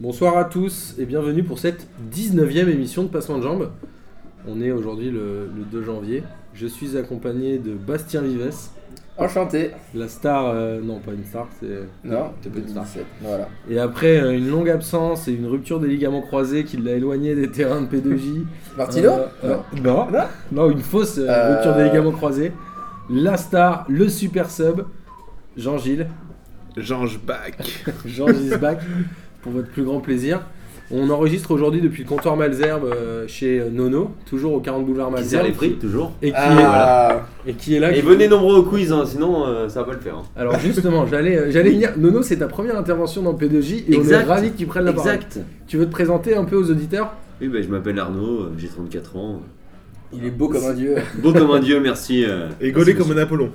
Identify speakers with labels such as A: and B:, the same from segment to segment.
A: Bonsoir à tous et bienvenue pour cette 19e émission de Passement de Jambes. On est aujourd'hui le, le 2 janvier. Je suis accompagné de Bastien Vives,
B: Enchanté.
A: la star, euh, non pas une star, c'est...
B: Non,
A: T'es pas une star.
B: 2017, Voilà.
A: Et après euh, une longue absence et une rupture des ligaments croisés qui l'a éloigné des terrains de P2J.
B: Martino
A: Euh, euh,
B: Non.
A: non. non,
B: Non
A: une fausse euh,
B: Euh,
A: rupture des ligaments croisés. La star, le super sub, Jean-Gilles.
C: Georges Bach.
A: Jean Gisbach, pour votre plus grand plaisir. On enregistre aujourd'hui depuis le comptoir Malzerbe euh, chez euh, Nono, toujours au 40 boulevard
D: Qui sert
A: Malzerbe.
D: les prix, toujours.
A: Et qui,
B: Ah,
A: est, et qui est là.
D: Et
A: qui-
D: venez nombreux au quiz, hein, sinon euh, ça va pas le faire. hein.
A: Alors justement, j'allais euh, j'allais venir. Nono, c'est ta première intervention dans P2J et on est
D: Exact.
A: ravis que tu prennes la parole.
D: Exact.
A: Tu veux te présenter un peu aux auditeurs
D: Oui, bah, je m'appelle Arnaud, euh, j'ai 34 ans.
B: il est beau comme un dieu.
D: Beau comme un dieu, merci. euh,
C: Et gaulé
D: merci,
C: comme
D: monsieur.
C: un Apollon.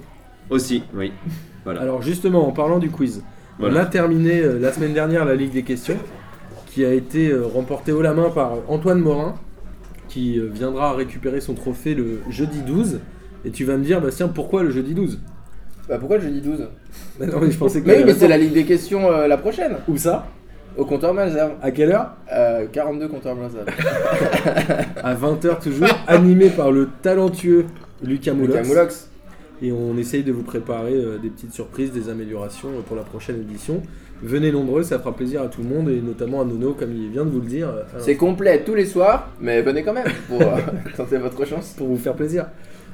D: Aussi, oui. Voilà.
A: Alors justement, en parlant du quiz, on
D: Voilà.
A: a terminé euh, la semaine dernière la Ligue des questions, qui a été euh, remportée haut la main par euh, Antoine Morin, qui euh, viendra récupérer son trophée le jeudi 12. Et tu vas me dire, Bastien, pourquoi le jeudi 12
B: Bah pourquoi le jeudi 12
A: Bah non, mais je pensais que
B: Mais oui, mais
A: t'avais
B: c'est la Ligue des questions euh, la prochaine.
A: Où ça
B: Au compteur Malzerbe.
A: À quelle heure
B: Euh, 42 compteur Malzerbe.
A: À 20h toujours, animé par le talentueux Lucas Moulox.
B: Lucas Moulox.
A: Et on essaye de vous préparer euh, des petites surprises, des améliorations euh, pour la prochaine édition. Venez nombreux, ça fera plaisir à tout le monde et notamment à Nono, comme il vient de vous le dire. euh, à
B: C'est complet tous les soirs, mais venez quand même pour euh, tenter votre chance.
A: pour vous faire plaisir.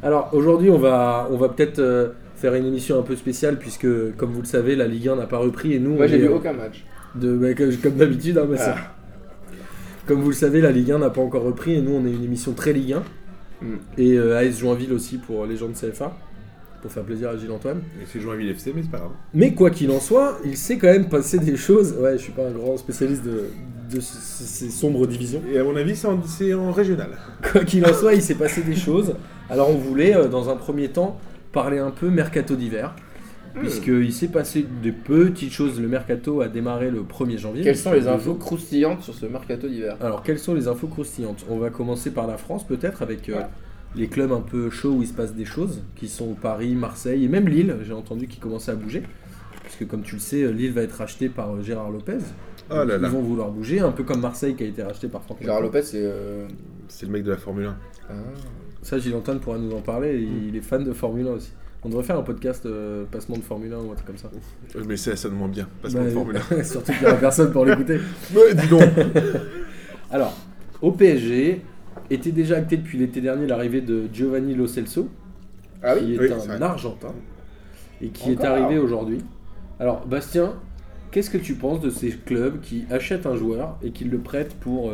A: Alors aujourd'hui, on va, on va peut-être euh, faire une émission un peu spéciale puisque, comme vous le savez, la Ligue 1 n'a pas repris et nous,
B: Moi
A: on
B: j'ai
A: est,
B: vu
A: euh,
B: aucun match.
A: de, bah, comme, comme d'habitude, hein, bah, ça.
B: Ah.
A: comme vous le savez, la Ligue 1 n'a pas encore repris et nous, on est une émission très Ligue 1
B: Mm.
A: et euh, AS Joinville aussi pour les gens de CFA pour faire plaisir à Gilles Antoine.
C: Et c'est Joinville FC, mais c'est pas grave.
A: Mais quoi qu'il en soit, il s'est quand même passé des choses. Ouais, je suis pas un grand spécialiste de, de ce- ces sombres divisions.
C: Et à mon avis, c'est en, c'est en régional.
A: Quoi qu'il en soit, il s'est passé des choses. Alors on voulait, euh, dans un premier temps, parler un peu mercato d'hiver.
B: Mm.
A: Puisqu'il s'est passé des petites choses. Le mercato a démarré le 1er janvier.
B: Quelles sont les
A: Deux
B: infos
A: jours.
B: croustillantes sur ce mercato d'hiver
A: Alors quelles sont les infos croustillantes On va commencer par la France peut-être avec euh,
B: Ouais.
A: les clubs un peu chauds où il se passe des choses, qui sont Paris, Marseille et même Lille. J'ai entendu qu'ils commençaient à bouger. Puisque comme tu le sais, euh, Lille va être rachetée par euh, Gérard Lopez.
C: Oh là
A: Ils
C: là,
A: vont vouloir bouger, un peu comme Marseille qui a été racheté par Franck
B: Gérard
A: Lampard.
B: Lopez c'est. euh,
C: c'est le mec de la Formule 1.
B: ah.
A: Ça, Gilles Antoine pourra nous en parler. Il est fan de Formule 1 aussi. On devrait faire un podcast euh, passement de Formule 1 ou un truc comme ça.
C: Euh, Mais ça sonne moins bien, pas ce
A: Bah,
C: mot de Formule 1.
A: Surtout qu'il n'y aura personne pour l'écouter.
C: Mais dis donc
A: Alors, au PSG, était déjà acté depuis l'été dernier l'arrivée de Giovanni Lo Celso,
B: Ah oui
A: qui est
C: oui, c'est
A: un
C: vrai.
A: Argentin, et qui est
B: Encore
A: arrivé aujourd'hui. Alors, Bastien, qu'est-ce que tu penses de ces clubs qui achètent un joueur et qui le prêtent pour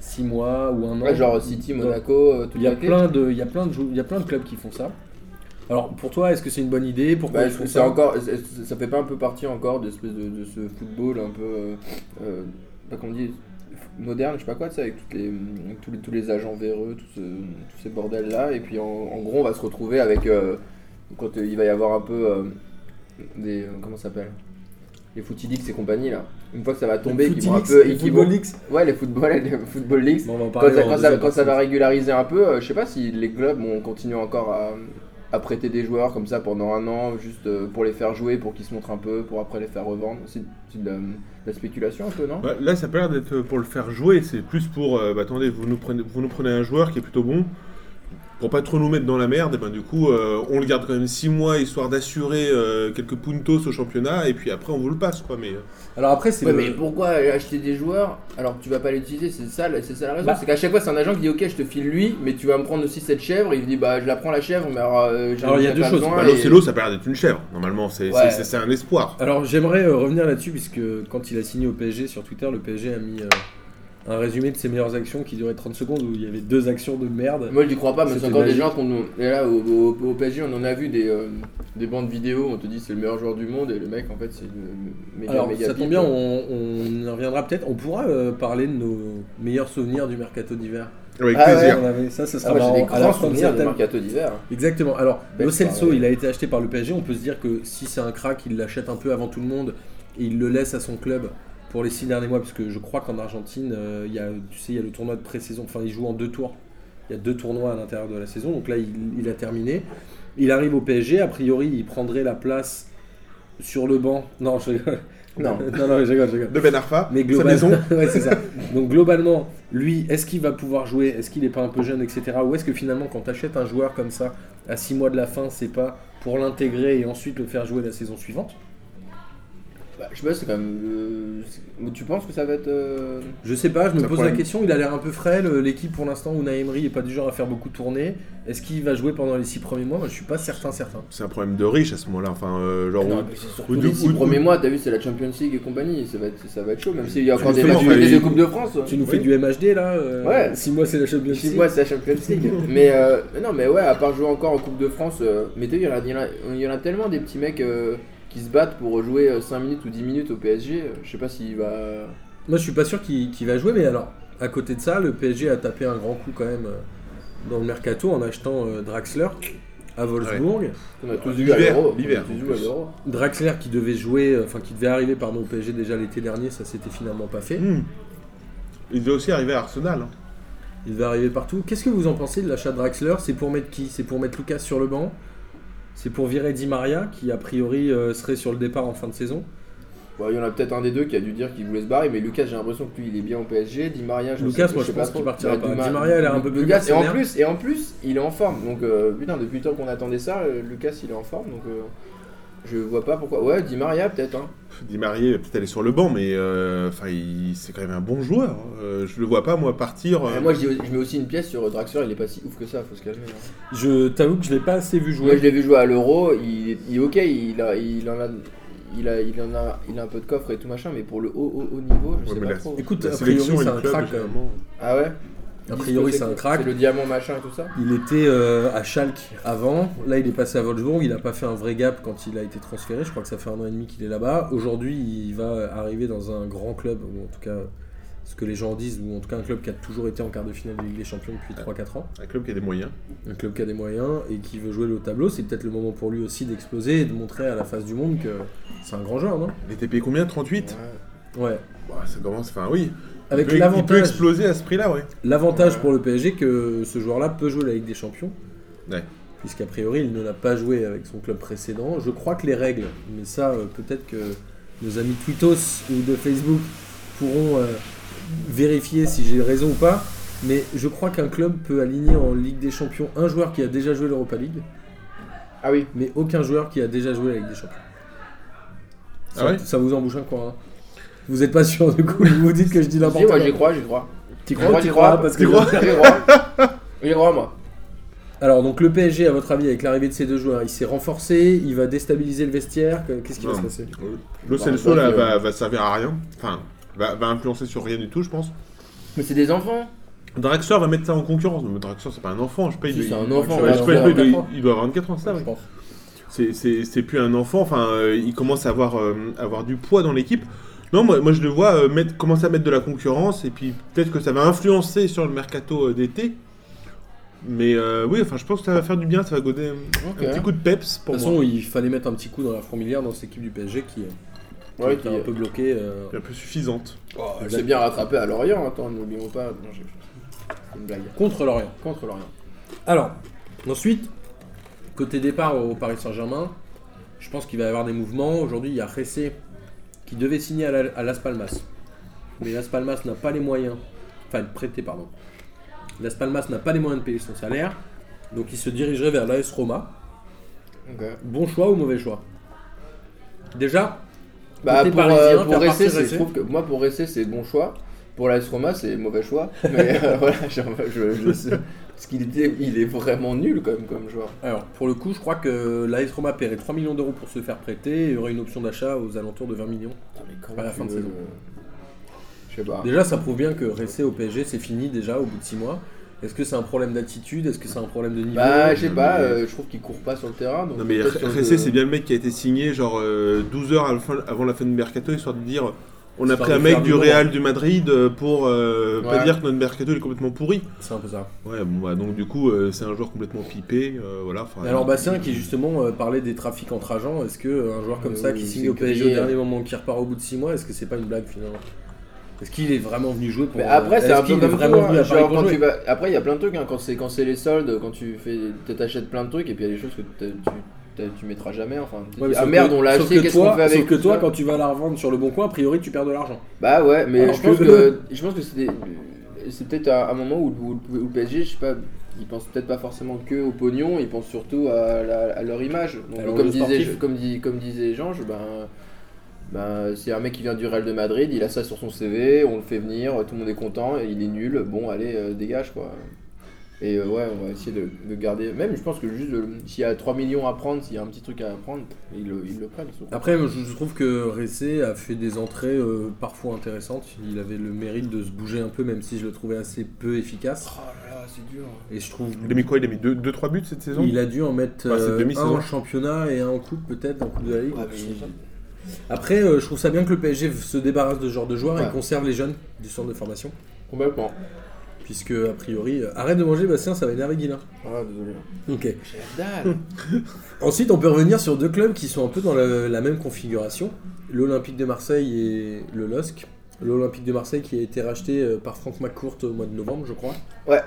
A: 6 mois ou un an
B: Ouais, genre City, Monaco, euh, toute
A: Il y, a
B: la clé.
A: plein de, il, y a plein de jou- il y a plein de clubs qui font ça. Alors pour toi, est-ce que c'est une bonne idée Pourquoi
B: Bah,
A: ils font
B: c'est
A: ça
B: encore, c'est- ça fait pas un peu partie encore de, espèce de, de ce football un peu, euh, euh, pas qu'on dit moderne, je sais pas quoi, tu sais, avec toutes les, tous, les, tous les agents véreux, tous ce- tous ces bordels là, et puis en, en gros on va se retrouver avec euh, quand euh, il va y avoir un peu euh, des, euh, comment ça s'appelle, les footilix et compagnie là. Une fois que ça va tomber,
A: Les
B: qu'ils vont un
A: Footy
B: peu,
A: Leaks, les
B: et qu'ils vont-
A: Football Leaks.
B: ouais les football, les football leaks,
A: Bon, on va en parler
B: quand, ça,
A: dans
B: quand
A: la
B: ça-
A: deuxième
B: quand ça va
A: partie.
B: régulariser un peu, euh, je sais pas si les clubs vont continuer encore à, à prêter des joueurs comme ça pendant un an, juste euh, pour les faire jouer, pour qu'ils se montrent un peu, pour après les faire revendre. C'est c'est de, la- de la spéculation un peu, non
C: Ouais, Là, ça a pas l'air d'être euh, pour le faire jouer, c'est plus pour. euh, bah, attendez, vous nous, prenez, vous nous prenez un joueur qui est plutôt bon. Pour pas trop nous mettre dans la merde, et ben du coup, euh, on le garde quand même 6 mois histoire d'assurer euh, quelques puntos au championnat, et puis après, on vous le passe quoi. Mais euh,
A: Alors après, c'est
B: Ouais,
A: le-
B: mais pourquoi acheter des joueurs alors que tu vas pas l'utiliser C'est ça, la- c'est ça la raison.
A: Bah.
B: C'est qu'à chaque fois, c'est un agent qui dit Ok, je te file lui, mais tu vas me prendre aussi cette chèvre. Il dit Bah, je la prends la chèvre, mais alors, euh, j'en
A: Alors, il y a
B: ai
A: deux
B: pas
A: choses.
B: besoin,
C: bah,
B: et-
C: l'Ocello, ça a pas l'air d'être une chèvre, normalement, c'est
B: Ouais.
C: c'est- c'est un espoir.
A: Alors j'aimerais euh, revenir là-dessus puisque quand il a signé au PSG sur Twitter, le PSG a mis euh, un résumé de ses meilleures actions qui durait 30 secondes où il y avait deux actions de merde.
B: Moi, je n'y crois pas, mais
A: C'était
B: c'est encore des
A: magique.
B: gens qu'on nous. Et là, au, au- au PSG, on en a vu des, euh, des bandes vidéo, on te dit c'est le meilleur joueur du monde, et le mec, en fait, c'est le méga
A: Alors
B: méga
A: ça
B: pipe.
A: tombe bien, on, on y reviendra peut-être. On pourra euh, parler de nos meilleurs souvenirs du mercato d'hiver.
C: Avec
B: Ah ouais.
C: plaisir.
A: bah, On avait- Ça, ce sera
B: Ah, moi,
A: marrant.
B: j'ai des
A: à la
B: grands
A: fin de
B: souvenirs de
A: certaines-
B: mercato d'hiver.
A: Exactement. Alors,
B: Belle
A: Lo Celso,
B: soirée.
A: il a été acheté par le PSG. On peut se dire que si c'est un crack, il l'achète un peu avant tout le monde et il le laisse à son club pour les six derniers mois. Parce que je crois qu'en Argentine, euh, il y a, tu sais, il y a le tournoi de pré-saison. Enfin, il joue en deux tours. Il y a deux tournois à l'intérieur de la saison. Donc là, il, il a terminé. Il arrive au PSG. A priori, il prendrait la place sur le banc. Non, je rigole.
B: Non.
A: non, non, je rigole, je rigole.
C: de Ben Arfa,
A: Mais
C: sa
A: globalement,
C: maison.
A: Ouais, c'est ça. Donc globalement, lui, est-ce qu'il va pouvoir jouer Est-ce qu'il n'est pas un peu jeune, etc. Ou est-ce que finalement, quand t'achètes un joueur comme ça à 6 mois de la fin, c'est pas pour l'intégrer et ensuite le faire jouer la saison suivante
B: Bah, je sais pas, c'est quand même. euh, c'est- tu penses que ça va être. euh,
A: Je sais pas. Je me
C: C'est un
A: pose la
C: problème.
A: question. Il a l'air un peu frais. le- L'équipe pour l'instant, où Emery est pas du genre à faire beaucoup tourner. Est-ce qu'il va jouer pendant les 6 premiers mois Moi, je suis pas certain, certain.
C: C'est un problème de riche à ce moment-là. Enfin, euh, genre,
B: Non,
C: où-
B: mais c'est
C: ou
B: surtout
C: de-
B: les six
C: ou de-
B: premiers mois, t'as vu, c'est la Champions League et compagnie, ça va être, ça va être chaud, même s'il y a encore des
C: Justement,
B: matchs
C: fallait-
B: des deux Coupes de France.
A: Tu nous fais
C: Oui.
A: du MHD là euh,
B: Ouais.
A: Six mois, c'est la Champions
B: Six
A: League.
B: mois, c'est la Champions League. mais euh, mais non, mais ouais, à part jouer encore en Coupe de France, euh, mais t'as vu, il y, en a- il y en a- il y en a tellement des petits mecs euh, qui se battent pour jouer 5 minutes ou 10 minutes au PSG. euh, Je sais pas s'il va.
A: Moi, je suis pas sûr qu'il qu'il va jouer, mais alors, à côté de ça, le PSG a tapé un grand coup quand même euh, dans le mercato en achetant euh, Draxler à Wolfsburg.
B: On a tous
C: Ouais,
B: vu à
C: l'hiver,
B: l'Euro. on a
C: l'hiver,
B: tous
C: en
B: vu à
C: plus.
B: l'Euro.
A: Draxler qui devait jouer, euh, enfin qui devait arriver pardon, au PSG déjà l'été dernier, ça s'était finalement pas fait.
C: Hmm. Il devait aussi arriver à Arsenal. hein.
A: Il devait arriver partout. Qu'est-ce que vous en pensez de l'achat de Draxler C'est pour mettre qui C'est pour mettre Lucas sur le banc C'est pour virer Di Maria qui a priori euh, serait sur le départ en fin de saison
B: Bon, il y en a peut-être un des deux qui a dû dire qu'il voulait se barrer, mais Lucas, j'ai l'impression que lui, il est bien au PSG. Di Maria, je
A: Lucas,
B: sais,
A: moi,
B: sais
A: je pense
B: trop.
A: qu'il partira
B: Ouais,
A: pas.
B: Mar-
A: Di Maria, elle a un peu plus
B: Lucas, et en
A: mercenaire.
B: plus, et en plus, il est en forme. Donc, euh, putain, depuis le temps qu'on attendait ça, euh, Lucas, il est en forme. Donc, euh, je vois pas pourquoi. Ouais, Di Maria, peut-être. Hein.
C: Di Maria va peut-être aller sur le banc, mais euh, enfin, il- c'est quand même un bon joueur. Euh, je le vois pas moi partir. euh,
B: Et Moi, je, dis- je mets aussi une pièce sur euh, Draxler, il est pas si ouf que ça, faut se calmer. hein.
A: Je t'avoue que je l'ai pas assez vu
B: Moi,
A: jouer.
B: je l'ai vu jouer à l'Euro, il, est- il est ok, il, a, il en a. Il a, il en a, il a un peu de coffre et tout machin, mais pour le haut, haut, haut niveau, je
C: ouais,
B: sais
C: mais
B: pas
C: la-
B: trop.
A: Écoute,
C: la
A: a priori,
C: sélection et
A: c'est
C: le
A: un
C: club,
A: crack quand même.
C: généralement.
B: Ah ouais
A: A priori, c'est un crack.
B: C'est le diamant machin et tout ça
A: Il était euh, à Schalke avant, là il est passé à Wolfsburg, il n'a pas fait un vrai gap quand il a été transféré, je crois que ça fait un an et demi qu'il est là-bas. Aujourd'hui il va arriver dans un grand club, ou en tout cas ce que les gens disent, ou en tout cas un club qui a toujours été en quart de finale de Ligue des Champions depuis 3-4 ans,
C: Un club qui a des moyens.
A: un club qui a des moyens et qui veut jouer le haut de tableau, c'est peut-être le moment pour lui aussi d'exploser et de montrer à la face du monde que c'est un grand joueur, non
C: Il était payé combien 38
B: Ouais.
A: Ouais.
C: Bah, Ça commence. Enfin oui.
A: Avec
C: Il peut- il peut
A: l'avantage
C: exploser à ce prix-là, ouais.
A: L'avantage
B: Ouais.
A: pour le PSG que ce joueur-là peut jouer la Ligue des Champions.
C: Ouais.
A: Puisqu'a priori, il ne l'a pas joué avec son club précédent. Je crois que les règles, mais ça, euh, peut-être que nos amis Twittos ou de Facebook pourront euh, vérifier si j'ai raison ou pas. Mais je crois qu'un club peut aligner en Ligue des Champions un joueur qui a déjà joué l'Europa League,
B: Ah oui,
A: mais aucun joueur qui a déjà joué la Ligue des Champions. Ça,
C: Ah ouais
A: ça vous embouche un coin. hein. Vous n'êtes pas sûr du coup, vous dites que je dis
B: Si,
A: n'importe quoi.
B: moi j'y crois, j'y crois.
A: T'y
B: J'y
A: crois,
B: crois,
A: t'y
B: j'y
A: crois,
B: crois.
A: parce
B: J'y
A: que
B: crois, j'y crois. J'y crois, moi.
A: Alors donc le PSG à votre avis avec l'arrivée de ces deux joueurs, il s'est renforcé, il va déstabiliser le vestiaire, que- qu'est-ce qui va
C: Non.
A: se passer
C: Lo
B: Bah,
C: Celso, là
B: donc, euh,
C: va, va servir à rien. Enfin, va, va influencer sur rien du tout, je pense.
B: Mais c'est des enfants.
C: Draxler va mettre ça en concurrence. Mais Draxler, c'est pas un enfant. Je paye.
B: Si,
C: de-
B: c'est un
C: il-
B: enfant,
C: ouais,
B: ouais,
C: je
B: un
C: paye
B: enfant,
C: de-
B: un
C: il,
B: enfant.
C: il doit avoir 24 ans, c'est ça, oui.
A: Je pense.
C: C'est- C'est c'est plus un enfant. Enfin, euh, il commence à avoir, euh, avoir du poids dans l'équipe. Non, moi, moi, je le vois euh, mettre, commencer à mettre de la concurrence. Et puis peut-être que ça va influencer sur le mercato euh, d'été. Mais euh, oui, enfin, je pense que ça va faire du bien. Ça va donner un-
B: Ok.
C: un petit coup de peps
A: De
C: pour
A: toute
C: moi.
A: façon, il fallait mettre un petit coup dans la fourmilière dans cette équipe du PSG qui, euh, qui
B: Ouais,
A: était
B: qui-
A: un peu bloquée. euh.
C: Un peu suffisante.
B: Oh, elle s'est bien rattrapée à Lorient, attends, n'oublions pas. Non, j'ai- c'est une blague.
A: contre l'Orient.
B: Contre Lorient.
A: Alors, ensuite, côté départ au Paris Saint-Germain, je pense qu'il va y avoir des mouvements. Aujourd'hui, il y a Ressé qui devait signer à, la- à Las Palmas. Mais Las Palmas n'a pas les moyens. Enfin, prêté, pardon. Las Palmas n'a pas les moyens de payer son salaire. Donc, il se dirigerait vers l'AS Roma.
B: Ok.
A: Bon choix ou mauvais choix Déjà,
B: Bah,
A: Côté
B: pour,
A: parisien,
B: euh,
A: faire
B: pour rester,
A: partir
B: c'est-
A: Ressé.
B: je trouve que moi, pour rester, c'est bon choix. Pour la S Roma, c'est mauvais choix. Mais euh, voilà, je, je, je sais. Parce qu'il était, il est vraiment nul quand même comme joueur.
A: alors pour le coup, je crois que l'AS Roma paierait 3 millions d'euros pour se faire prêter et aurait une option d'achat aux alentours de 20 millions.
B: Putain, mais quand
A: À la
B: tu
A: fin de
B: veux
A: saison.
B: le- euh, Je sais pas.
A: Déjà, ça prouve bien que rester au PSG, c'est fini déjà au bout de 6 mois. Est-ce que c'est un problème d'attitude Est-ce que c'est un problème de niveau
B: Bah, je sais
C: Non,
B: pas,
C: mais-
B: euh, je trouve qu'il court pas sur le terrain. Donc
C: Non mais
B: peut-être sur
C: Ressé
B: le-
C: c'est bien le mec qui a été signé genre euh, 12 heures à la fin- avant la fin du mercato histoire de dire on a
A: Histoire
C: pris un
A: de
C: mec
A: faire
C: du
A: du bon.
C: Real du Madrid euh, pour euh, pas
B: Ouais.
C: dire que notre mercato il est complètement pourri.
A: C'est un peu ça.
C: Ouais bon bah donc du coup euh, c'est un joueur complètement pipé euh, voilà. enfin,
A: Mais Alors,
C: il-
A: Bastien, qui justement euh, parlait des trafics entre agents, est-ce que euh, un joueur comme
B: Euh,
A: ça
B: oui,
A: qui
B: c'est
A: signe au PSG au
B: grillé.
A: dernier moment, qui repart au bout de 6 mois, est-ce que c'est pas une blague finalement Est-ce qu'il est vraiment venu jouer pour euh,
B: Mais après, c'est
A: est-ce
B: un peu
A: qu'il est
B: comme
A: vraiment
B: tout, hein.
A: venu à Paris
B: Genre,
A: pour
B: quand
A: jouer
B: tu vas- Après, il y a plein de trucs. hein. Quand c'est quand c'est les soldes, quand tu fais, t'achètes plein de trucs, et puis il y a des choses que t'as- tu t'as- tu mettras jamais. Enfin, tu te
A: Ouais,
B: dis,
A: mais
B: ah
A: sauf
B: merde,
A: que-
B: on l'a
A: sauf
B: acheté,
A: que
B: qu'est-ce
A: toi-
B: qu'on fait avec
A: Sauf que
B: tout
A: toi,
B: ça
A: quand tu vas la revendre sur le bon coin, a priori, tu perds de l'argent.
B: Bah ouais, mais
A: Alors
B: je pense
A: que-
B: que je pense que c'était c'est peut-être un, un moment où, où- où le PSG, je sais pas, ils pensent peut-être pas forcément que au pognon, ils pensent surtout à, la- à leur image. Donc,
A: Alors,
B: comme
A: le
B: disait
A: sportif.
B: comme dit comme disait Jean, je- ben ben, c'est un mec qui vient du Real de Madrid, il a ça sur son CV, on le fait venir, tout le monde est content, et il est nul, bon allez euh, dégage quoi. Et euh, ouais, on va essayer de, de garder. Même, je pense que juste, de- s'il y a 3 millions à prendre, s'il y a un petit truc à prendre, ils le, ils le prennent. surtout.
A: Après, je je trouve que Ressé a fait des entrées euh, parfois intéressantes. Il avait le mérite de se bouger un peu, même si je le trouvais assez peu efficace.
B: Oh là là, c'est dur.
A: Et je trouve
C: Il a mis quoi Il a mis 2-3 buts cette saison
A: il a dû en mettre
C: Ouais, c'est
A: euh, un
C: demi-saison.
A: en championnat et un en coupe peut-être, en coupe de la ligue.
B: Ouais, mais je trouve ça-
A: Après, euh, je trouve ça bien que le PSG se débarrasse de ce genre de joueurs
B: Ouais.
A: et conserve les jeunes du centre de formation,
B: Complètement.
A: puisque a priori, euh, arrête de manger Bastien, ça va énerver Guilin.
B: Ah, désolé.
A: Ok.
B: J'ai la dalle.
A: Ensuite, on peut revenir sur deux clubs qui sont un peu dans la, la même configuration, l'Olympique de Marseille et le LOSC. L'Olympique de Marseille qui a été racheté euh, par Franck McCourt au mois de novembre, je crois.
B: Ouais.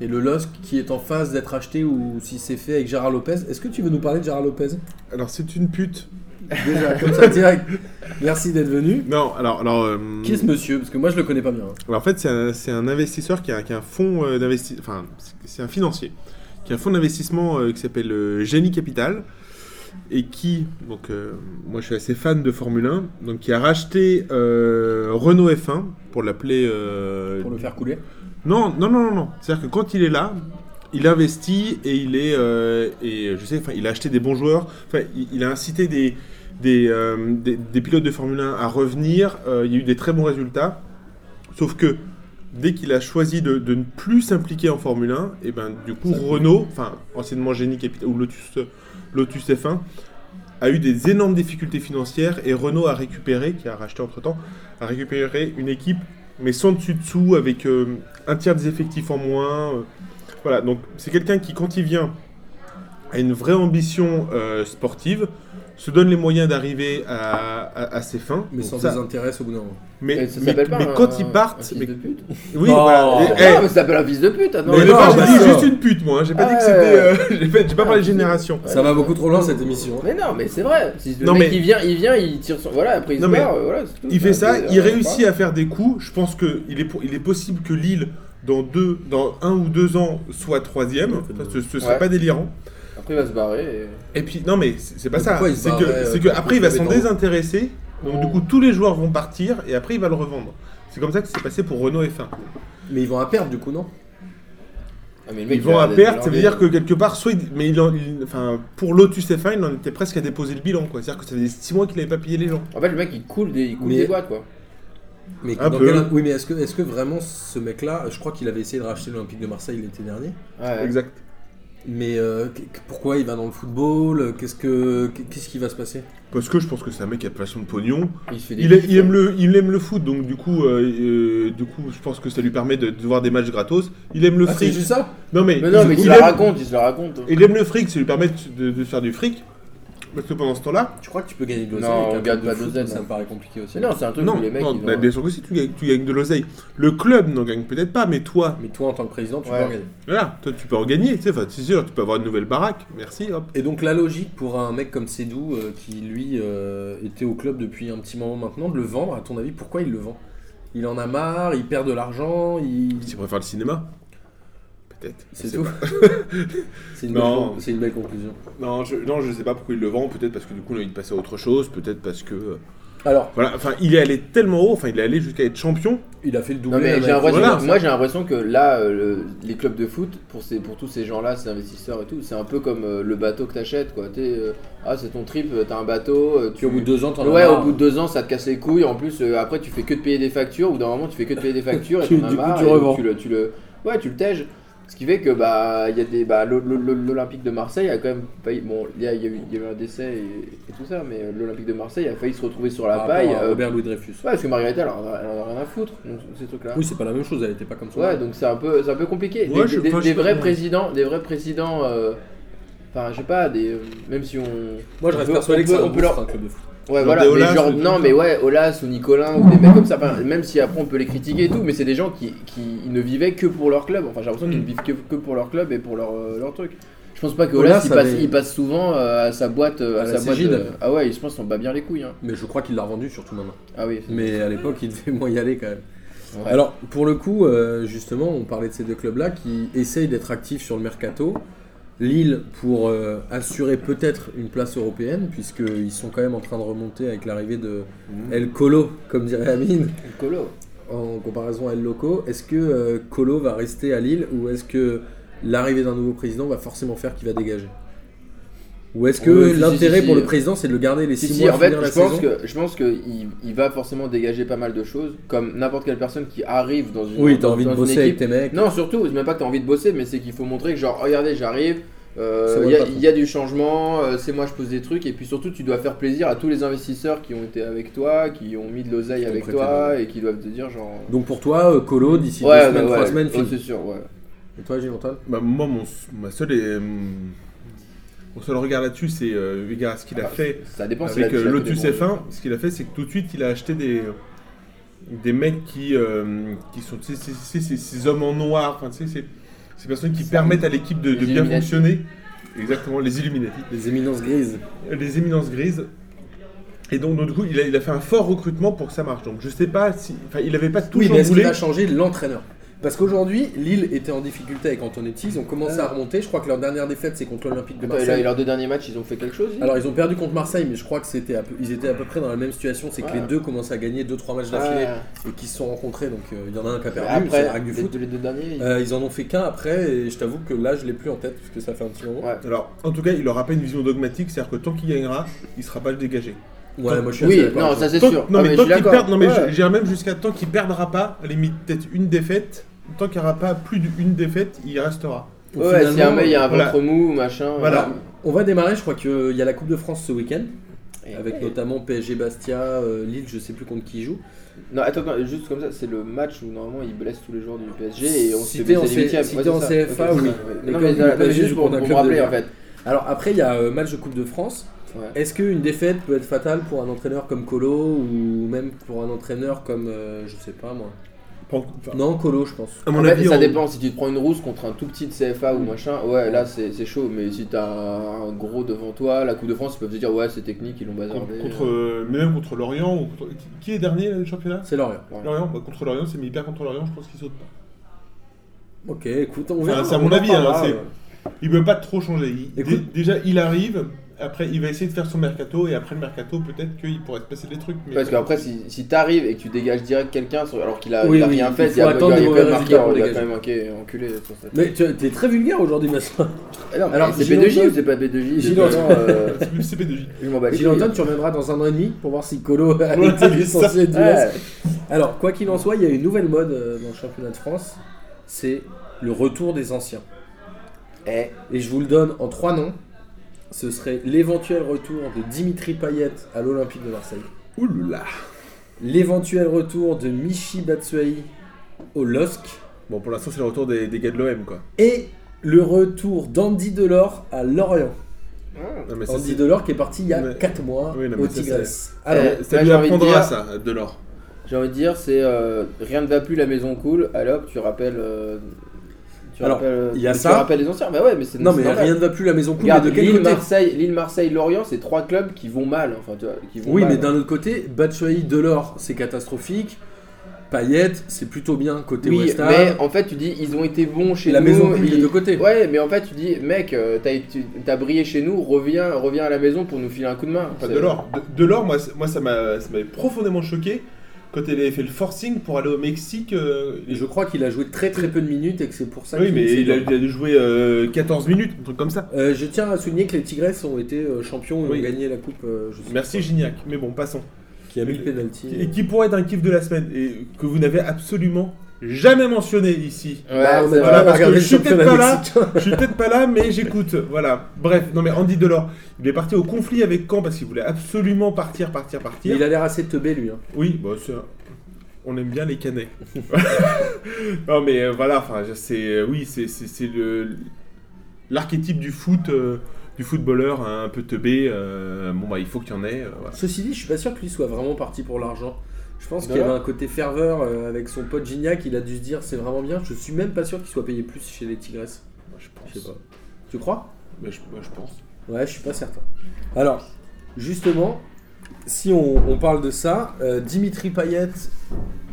A: Et le LOSC qui est en phase d'être acheté ou si c'est fait avec Gérard Lopez. Est-ce que tu veux nous parler de Gérard Lopez
C: Alors c'est une pute.
A: Déjà, comme ça, direct. Merci d'être venu.
C: Non, alors. alors euh,
A: Qui est ce monsieur Parce que moi, je le connais pas bien. hein,
C: Alors, en fait, c'est un, c'est un investisseur qui a, qui a un fonds euh, d'investissement. Enfin, c'est- c'est un financier qui a un fonds d'investissement euh, qui s'appelle euh, Genie Capital et qui, donc, euh, moi je suis assez fan de Formule 1, donc qui a racheté euh, Renault F1 pour l'appeler. euh,
A: Pour le faire couler.
C: Non, non, non, non, non. C'est-à-dire que quand il est là, il investit et il est euh, et je sais, enfin, il a acheté des bons joueurs. Enfin, il, il a incité des des, euh, des des pilotes de Formule 1 à revenir. Euh, il y a eu des très bons résultats. Sauf que dès qu'il a choisi de, de ne plus s'impliquer en Formule 1, et ben du coup
A: Ça coule.
C: Renault, enfin anciennement Génie Capital ou Lotus euh, Lotus F1 a eu des énormes difficultés financières et Renault a récupéré, qui a racheté entre temps, a récupéré une équipe mais sans dessus dessous avec euh, un tiers des effectifs en moins. euh, voilà, donc c'est quelqu'un qui, quand il vient, a une vraie ambition euh, sportive, se donne les moyens d'arriver à, à- à ses fins.
A: Mais
C: Donc
A: sans
C: ça-
A: désintérêt au bout d'un moment.
C: mais,
B: Et Eh, ça
C: mais,
B: s'appelle pas
C: mais
B: un-
C: quand ils
B: un
C: partent,
B: fils
C: mais-
B: de pute
C: oui,
A: Oh.
C: voilà.
B: Ah,
C: et- hey,
B: non, mais ça s'appelle un fils de pute. Ah, non,
C: mais
A: mais
C: au
B: mais
A: non,
C: départ, j'ai
A: bah
C: dit
A: ça.
C: juste une pute, moi. hein, J'ai pas dit que c'était. euh, j'ai pas, j'ai pas parlé de génération.
A: Ça va beaucoup trop loin cette émission. hein.
B: Mais non, mais c'est vrai. Si le
C: Non,
B: mec
C: mais-
B: il vient, il vient, il tire son. Voilà, après il se
C: Non, mais
B: barre, euh, voilà, c'est tout.
C: Il fait ça,
B: mais,
C: il
B: euh,
C: réussit à faire des coups. Je pense qu'il est, po- il est possible que Lille, dans, deux, dans un ou deux ans, soit troisième. Enfin, ce, ce serait
B: Ouais.
C: pas délirant.
B: Après il va se barrer. et-
C: Et puis, non, mais c'est c'est pas
A: Mais
C: ça.
A: pourquoi il se
C: C'est
A: barre,
C: que,
A: ouais,
C: c'est
A: euh,
C: que
A: quand
C: après,
A: il
C: il va
A: met
C: s'en
A: dans-
C: désintéresser. Donc,
B: Oh.
C: du coup, tous les joueurs vont partir et après, il va le revendre. C'est comme ça que c'est passé pour Renault F1.
A: Mais ils vont à perdre du coup, non
B: Ah, mais le mec,
C: Ils
B: il
C: vont
B: a
C: à
B: l'air
C: perte, ça veut
B: blindé.
C: dire que quelque part, soit il- mais il en- il- enfin, pour Lotus F1, il en était presque à déposer le bilan. quoi. C'est-à-dire que ça faisait 6 mois qu'il n'avait pas payé les gens.
B: En fait, le mec il coule des, il coule
A: Mais-
B: des boîtes quoi.
A: mais
C: Un
A: dans
C: peu.
A: quel- Oui, mais est-ce que, est que vraiment ce mec-là, je crois qu'il avait essayé de racheter l'Olympique de Marseille l'été dernier,
B: Ouais.
C: Exact.
A: mais euh, qu- pourquoi il va dans le football euh, Qu'est-ce que qu'est-ce qui va se passer
C: Parce que je pense que c'est un mec qui a passion de pognon.
B: Il se fait des
C: Il, est-
B: kiffs,
C: il aime
B: quoi.
C: le, il aime le foot, donc du coup, euh, euh, du coup, je pense que ça lui permet de, de voir des matchs gratos. Il aime le
A: Ah, c'est
C: fric.
A: juste ça
C: Non mais,
B: Mais non, mais
C: il,
B: il se
C: aime,
B: la raconte, il se la raconte.
C: il aime le fric, ça lui permet de, de faire du fric. Parce que pendant ce temps-là,
A: Tu crois que tu peux gagner de l'oseille
B: Non,
A: avec un
B: on
A: club
B: gagne
A: de
B: pas
A: foot
B: d'oseille,
A: Ça
B: non.
A: me paraît compliqué aussi.
B: Mais non, c'est un truc
C: non,
B: où les mecs
C: non,
B: ils
C: bah,
B: ont-
C: bien sûr que si tu gagnes, tu gagnes de l'oseille. Le club n'en gagne peut-être pas, mais toi,
A: Mais toi, en tant que président, tu
B: Ouais.
A: peux en gagner.
C: voilà, toi tu peux en gagner. Tu sais, enfin, c'est sûr, tu peux avoir une nouvelle baraque. Merci, hop.
A: Et donc la logique pour un mec comme Sédou, euh, qui lui euh, était au club depuis un petit moment maintenant, de le vendre, à ton avis, pourquoi il le vend Il en a marre, il perd de l'argent, il...
C: Tu préfères le cinéma, peut-être. Je
A: C'est
C: sais
A: tout.
C: pas.
A: c'est une,
C: Non.
A: belle- c'est une belle conclusion.
C: Non, je, non, je sais pas pourquoi il le vend. Peut-être parce que du coup, il a envie de passer à autre chose. Peut-être parce que euh,
A: Alors,
C: voilà, enfin, il est allé tellement haut. Enfin, il est allé jusqu'à être champion.
A: il a fait le doublé.
B: Non mais
A: avec-
B: j'ai l'impression-
C: voilà,
B: moi j'ai l'impression que là euh, le- les clubs de foot pour ces pour tous ces gens là ces investisseurs et tout c'est un peu comme euh, le bateau que t'achètes quoi T'es, euh, ah c'est ton trip euh, t'as un bateau euh,
A: Puis au bout de deux ans, t'en as
B: ouais
A: marre.
B: au bout de deux ans ça te casse les couilles en plus euh, après tu fais que de payer des factures ou d'un moment tu fais que de payer des factures et
A: Tu-
B: t'en as
A: du coup,
B: marre
A: tu
B: et
A: revends.
B: tu le tu le ouais tu le tèges ce qui fait que bah il y a des bah, l'O- l'O- l'O- l'Olympique de Marseille a quand même failli bon il y a, il y a eu, il y a eu un décès et, et tout ça mais euh, l'Olympique de Marseille a failli se retrouver sur la
A: Par
B: paille
A: rapport à
B: euh,
A: Robert Louis Dreyfus.
B: ouais, parce que Margarita elle en a, elle en a rien à foutre donc ces trucs là
A: Oui, c'est pas la même chose, elle était pas comme ça.
B: Ouais, donc c'est un peu, c'est un peu compliqué.
C: Ouais,
B: des,
C: je-
B: des-
C: enfin, je
B: des
C: sais
B: vrais
C: pas.
B: présidents, des vrais présidents. euh, Enfin, je sais pas, des, euh, même si on.
A: Moi, je
B: on
A: reste
B: peut-
A: persuadé
B: on
A: que c'est
B: peut-
A: un,
B: on peut
A: boost,
B: leur-
A: un club de foot.
B: Ouais,
C: Genre
B: voilà.
C: des
B: mais
C: Olas,
B: genre,
C: des
B: non,
C: trucs
B: mais ouais, Olas ou Nicolas ou des mecs comme ça. Enfin, même si après on peut les critiquer et tout, mais c'est des gens qui, qui ne vivaient que pour leur club. Enfin, j'ai l'impression qu'ils
C: Mm.
B: ne vivent que, que pour leur club et pour leur, euh, leur truc. Je Je pense pas que
A: Olas
B: Olas, il,
A: avait-
B: passe, il passe souvent euh, à sa boîte. euh,
A: À
B: À
A: la
B: sa boîte
A: Cégide.
B: euh, ah ouais, il se pense qu'on bat bien les couilles. Hein.
A: Mais je crois qu'il l'a revendu surtout maintenant.
B: Ah oui. c'est-
A: Mais à l'époque, il devait moins y aller quand même.
B: Ouais.
A: Alors, pour le coup, euh, justement, on parlait de ces deux clubs-là qui essayent d'être actifs sur le mercato. Lille pour euh, assurer peut-être une place européenne, puisqu'ils sont quand même en train de remonter avec l'arrivée de El Colo, comme dirait Amine,
B: Le Colo.
A: en comparaison à El Loco. Est-ce que euh, Colo va rester à Lille ou est-ce que l'arrivée d'un nouveau président va forcément faire qu'il va dégager Ou est-ce que
B: Oui, si, si,
A: l'intérêt
B: si,
A: pour
B: si.
A: le président, c'est de le garder les
B: Si,
A: 6
B: si,
A: mois
B: en
A: à
B: fait,
A: finir la
B: je pense,
A: saison
B: que, je pense qu'il il va forcément dégager pas mal de choses, comme n'importe quelle personne qui arrive dans une
A: Oui, t'as
B: dans-
A: envie de
B: dans une
A: bosser avec
B: équipe.
A: tes mecs.
B: Non, surtout, c'est même pas que t'as envie de bosser, mais c'est qu'il faut montrer que, genre, regardez, j'arrive, euh,
A: C'est moi
B: il
A: le
B: y a-
A: patron.
B: il y, a du changement, euh, c'est moi, je pose des trucs, et puis surtout, tu dois faire plaisir à tous les investisseurs qui ont été avec toi, qui ont mis de l'oseille
A: Qui ont
B: avec
A: prêté
B: toi,
A: de
B: et qui doivent te dire, genre.
A: Donc pour toi, euh, Colo, d'ici
B: ouais,
A: deux semaines,
B: ouais,
A: trois
B: ouais,
A: semaines,
B: ouais,
A: fini.
B: c'est sûr, ouais.
A: Et toi, Gimental
C: Bah, moi, mon, ma seule et, hum, mon seul regard là-dessus, c'est euh, eu égard à ce qu'il a
B: Ah,
C: fait
B: Ça dépend si
C: avec
B: la- si
C: euh,
B: la-
C: Lotus
B: dépend-
C: F1. Ce qu'il a fait, c'est que tout de suite, il a acheté des, des mecs qui, euh, qui sont tu sais, c'est- c'est- c'est- ces hommes en noir, enfin, tu sais, c'est- ces personnes qui permettent à l'équipe de,
B: Les
C: de bien
B: Illuminati.
C: fonctionner. Exactement, les Illuminati.
A: Les éminences grises.
C: les éminences grises. Et donc, donc, du coup, il a, il a fait un fort recrutement pour que ça marche. Donc, je sais pas si. Enfin, il avait pas tout
A: Oui, mais est-ce
C: chamboulé.
A: qu'il a changé l'entraîneur Parce qu'aujourd'hui, Lille était en difficulté avec Antonetti, ils ont commencé à remonter. Je crois que leur dernière défaite, c'est contre l'Olympique de
B: Attends, et là, et
A: Marseille.
B: leurs deux derniers matchs, ils ont fait quelque chose ils
A: Alors, ils ont perdu contre Marseille, mais je crois que c'était à peu- ils étaient à peu près dans la même situation. C'est que
B: Ouais.
A: les deux commencent à gagner 2-3 matchs d'affilée
B: Ah,
A: et qu'ils se sont rencontrés. Donc, euh, il y en a un qui a perdu, c'est la
B: Après,
A: règle du
B: les
A: foot.
B: deux, les deux derniers, ils-
A: Euh, ils en ont fait qu'un après, et je t'avoue que là, je l'ai plus en tête, parce que ça fait un petit moment.
B: Ouais.
C: Alors, en tout cas, il aura pas une vision dogmatique, c'est-à-dire que tant qu'il gagnera, il sera pas dégagé.
A: Ouais, moi je suis assez
B: Oui,
A: d'accord
B: non,
A: avec toi.
B: ça c'est
C: Tant-
B: sûr.
C: Non,
B: Ah,
C: mais
B: je
C: tant
B: suis
C: qu'il
B: d'accord.
C: perd, non, mais
B: Ouais.
C: je- j'irais même jusqu'à tant qu'il perdra pas, à la limite, peut-être une défaite. Tant qu'il n'y aura pas plus d'une défaite, il restera.
A: Donc,
B: Ouais, si un
A: finalement,
B: mec, il y a un
C: voilà.
B: ventre mou, machin.
C: Voilà.
A: On va démarrer, je crois qu'il y a la Coupe de France ce week-end,
B: Et-
A: avec
B: et-
A: notamment PSG Bastia, euh, Lille, je sais plus contre qui ils jouent.
B: Non, attends, attends, juste comme ça, c'est le match où normalement ils blessent tous les joueurs du PSG et on
A: Si
B: se fait
A: t'es en
B: blesser les
A: C-
B: huitièmes.
A: si
B: Ouais,
A: t'es
B: c'est
A: en
B: ça.
A: CFA,
B: Ok,
A: oui.
B: ouais.
A: Mais
B: Non,
A: comme
B: mais,
A: le
B: ça,
A: PSG
B: mais juste
A: joue
B: pour,
A: contre un
B: pour me
A: club de
B: rappeler
A: Ligue
B: en fait.
A: Alors après, il y a euh, match de Coupe de France.
B: Ouais.
A: Est-ce qu'une défaite peut être fatale pour un entraîneur comme Colo ou même pour un entraîneur comme, euh, je sais pas moi.
C: Enfin, enfin,
A: Non, Colo, je pense.
C: à
B: En
C: mon
B: fait,
C: avis,
B: Ah, ça
C: on-
B: dépend si tu te prends une rousse contre un tout petit de CFA ou machin. Ouais, là c'est c'est chaud, mais si t'as un gros devant toi, la Coupe de France, ils peuvent se dire ouais, c'est technique, ils l'ont
C: contre,
B: bazardé.
C: contre, euh, mais même contre Lorient. ou contre- qui- Qui est dernier là, du championnat
A: C'est Lorient.
C: Lorient, bah, contre Lorient, c'est hyper contre Lorient, je pense qu'il saute pas.
A: Ok, écoute, on verra.
C: Enfin, c'est à
A: on
C: mon
A: en
C: avis, hein,
A: parlera,
C: c'est-
A: ouais.
C: Il peut pas trop changer. Il- dé-
A: Écoute.
C: déjà, il arrive. Après, il va essayer de faire son mercato. Et après le mercato, peut-être qu'il pourrait se passer des trucs. Mais
B: Parce qu'après, si, si t'arrives et que tu dégages direct quelqu'un sur- alors qu'il a,
A: Oui,
B: il a
A: oui,
B: rien
A: il
B: fait,
A: faut
B: il y a
A: attendre
B: il y a
A: les
B: quand même
A: mauvais
B: marqué,
A: résultats pour
B: il a quand
A: dégager.
B: même marqué, enculé. sur cette-
A: Mais tu es très vulgaire aujourd'hui, Massin.
B: Ah non, mais
A: Alors,
B: c'est
A: Gilles
B: B2J
A: Antoine-
B: ou c'est pas B2J
A: Gilles
B: de toute façon, euh,
C: C'est plus CP2J.
B: Je m'en bats les
A: Gilles
B: couilles.
A: Antoine, tu reviendras dans un an et demi pour voir si Colo a
C: Ouais,
A: été
C: c'est
A: licencié du
B: Ouais.
A: LOSC. Alors, quoi qu'il en soit, il y a une nouvelle mode euh, dans le championnat de France, c'est le retour des anciens.
B: Eh,
A: Et je vous le donne en trois noms. Ce serait l'éventuel retour de Dimitri Payet à l'Olympique de Marseille.
C: Oulala.
A: L'éventuel retour de Michi Batshuayi au LOSC.
C: Bon, pour l'instant, c'est le retour des, des gars de l'OM, quoi.
A: Et le retour d'Andy Delors à Lorient.
C: Non, mais ça,
A: Andy
C: c'est-
A: Delors qui est parti il y a
C: Mais-
A: 4 mois
C: Oui, non, mais
A: au
C: ça, c'est-
A: Tigres. Alors,
C: Eh, ça
B: Là,
C: lui
B: j'ai envie de
C: apprendra
B: dire-
C: ça, Delors.
B: J'ai envie de dire, c'est euh, rien ne va plus, la maison coule. Alors, tu rappelles. euh, tu
A: Alors,
B: rappelles, euh,
A: il y a
B: tu
A: ça.
B: rappelles les anciens. Bah ouais, mais c'est.
A: non,
B: c'est
A: mais
B: normal.
A: rien ne va plus, la maison coule.
B: Regarde,
A: mais de quel
B: Lille,
A: côté
B: Marseille, Lille, Marseille, Lorient, c'est trois clubs qui vont mal. Enfin, tu vois, qui vont
A: Oui,
B: mal.
A: mais d'un autre côté, Batshuayi, Delors, c'est catastrophique. Payet, c'est plutôt bien côté
B: Oui,
A: West Ham.
B: mais en fait, tu dis, ils ont été bons chez
A: la
B: nous.
A: maison coule des
B: ils-
A: deux côtés.
B: Ouais, mais en fait, tu dis, mec, euh, t'as tu- t'as brillé chez nous, reviens, reviens à la maison pour nous filer un coup de main.
C: Enfin,
B: C'est-
C: Delors. De- Delors, moi, c'est- moi ça m'a- ça m'avait profondément choqué quand il avait fait le forcing pour aller au Mexique. euh,
A: Et Je crois qu'il a joué très très peu de minutes et que c'est pour ça
C: Mm. Oui,
A: qu'il
C: mais
A: s'est
C: il a,
A: dit.
C: il a dû jouer euh, 14 minutes, un truc comme ça.
A: Euh, je tiens à souligner que les Tigresses ont été euh, champions et
C: Oui.
A: ont gagné la coupe. euh, je sais
C: Merci Gignac, mais bon, passons.
A: pas, qui a mis le penalty.
C: Et qui pourrait être un kiff de la semaine et que vous n'avez absolument jamais mentionné ici.
B: Ouais,
A: Bah, on a du
B: c'est vrai.
A: mal à
C: Voilà, parce
A: regarder
C: que
A: le
C: je suis peut-être
A: championnat
C: pas là.
A: mexicain.
C: Je suis peut-être pas là, mais j'écoute. Voilà. Bref, non mais Andy Delors, il est parti au conflit avec Caen parce qu'il voulait absolument partir, partir,
A: Mais
C: partir.
A: Il a l'air assez teubé lui. hein.
C: Oui, bah c'est. On aime bien les canets. non mais euh, voilà, enfin je- c'est oui, c'est c'est- c'est le l'archétype du foot, euh, du footballeur hein, un peu teubé. euh, bon bah il faut qu'il y en ait. euh, voilà.
A: Ceci dit, je suis pas sûr que lui soit vraiment parti pour l'argent. Je pense qu'il y
B: Voilà.
A: avait un côté ferveur euh, avec son pote Gignac. Il a dû se dire c'est vraiment bien. Je suis même pas sûr qu'il soit payé plus chez les Tigresses.
C: Je
A: Je sais pas. Tu crois
C: Mais je, moi, je pense.
A: Ouais, je suis pas certain. Alors, justement, si on, on parle de ça, euh, Dimitri Payet,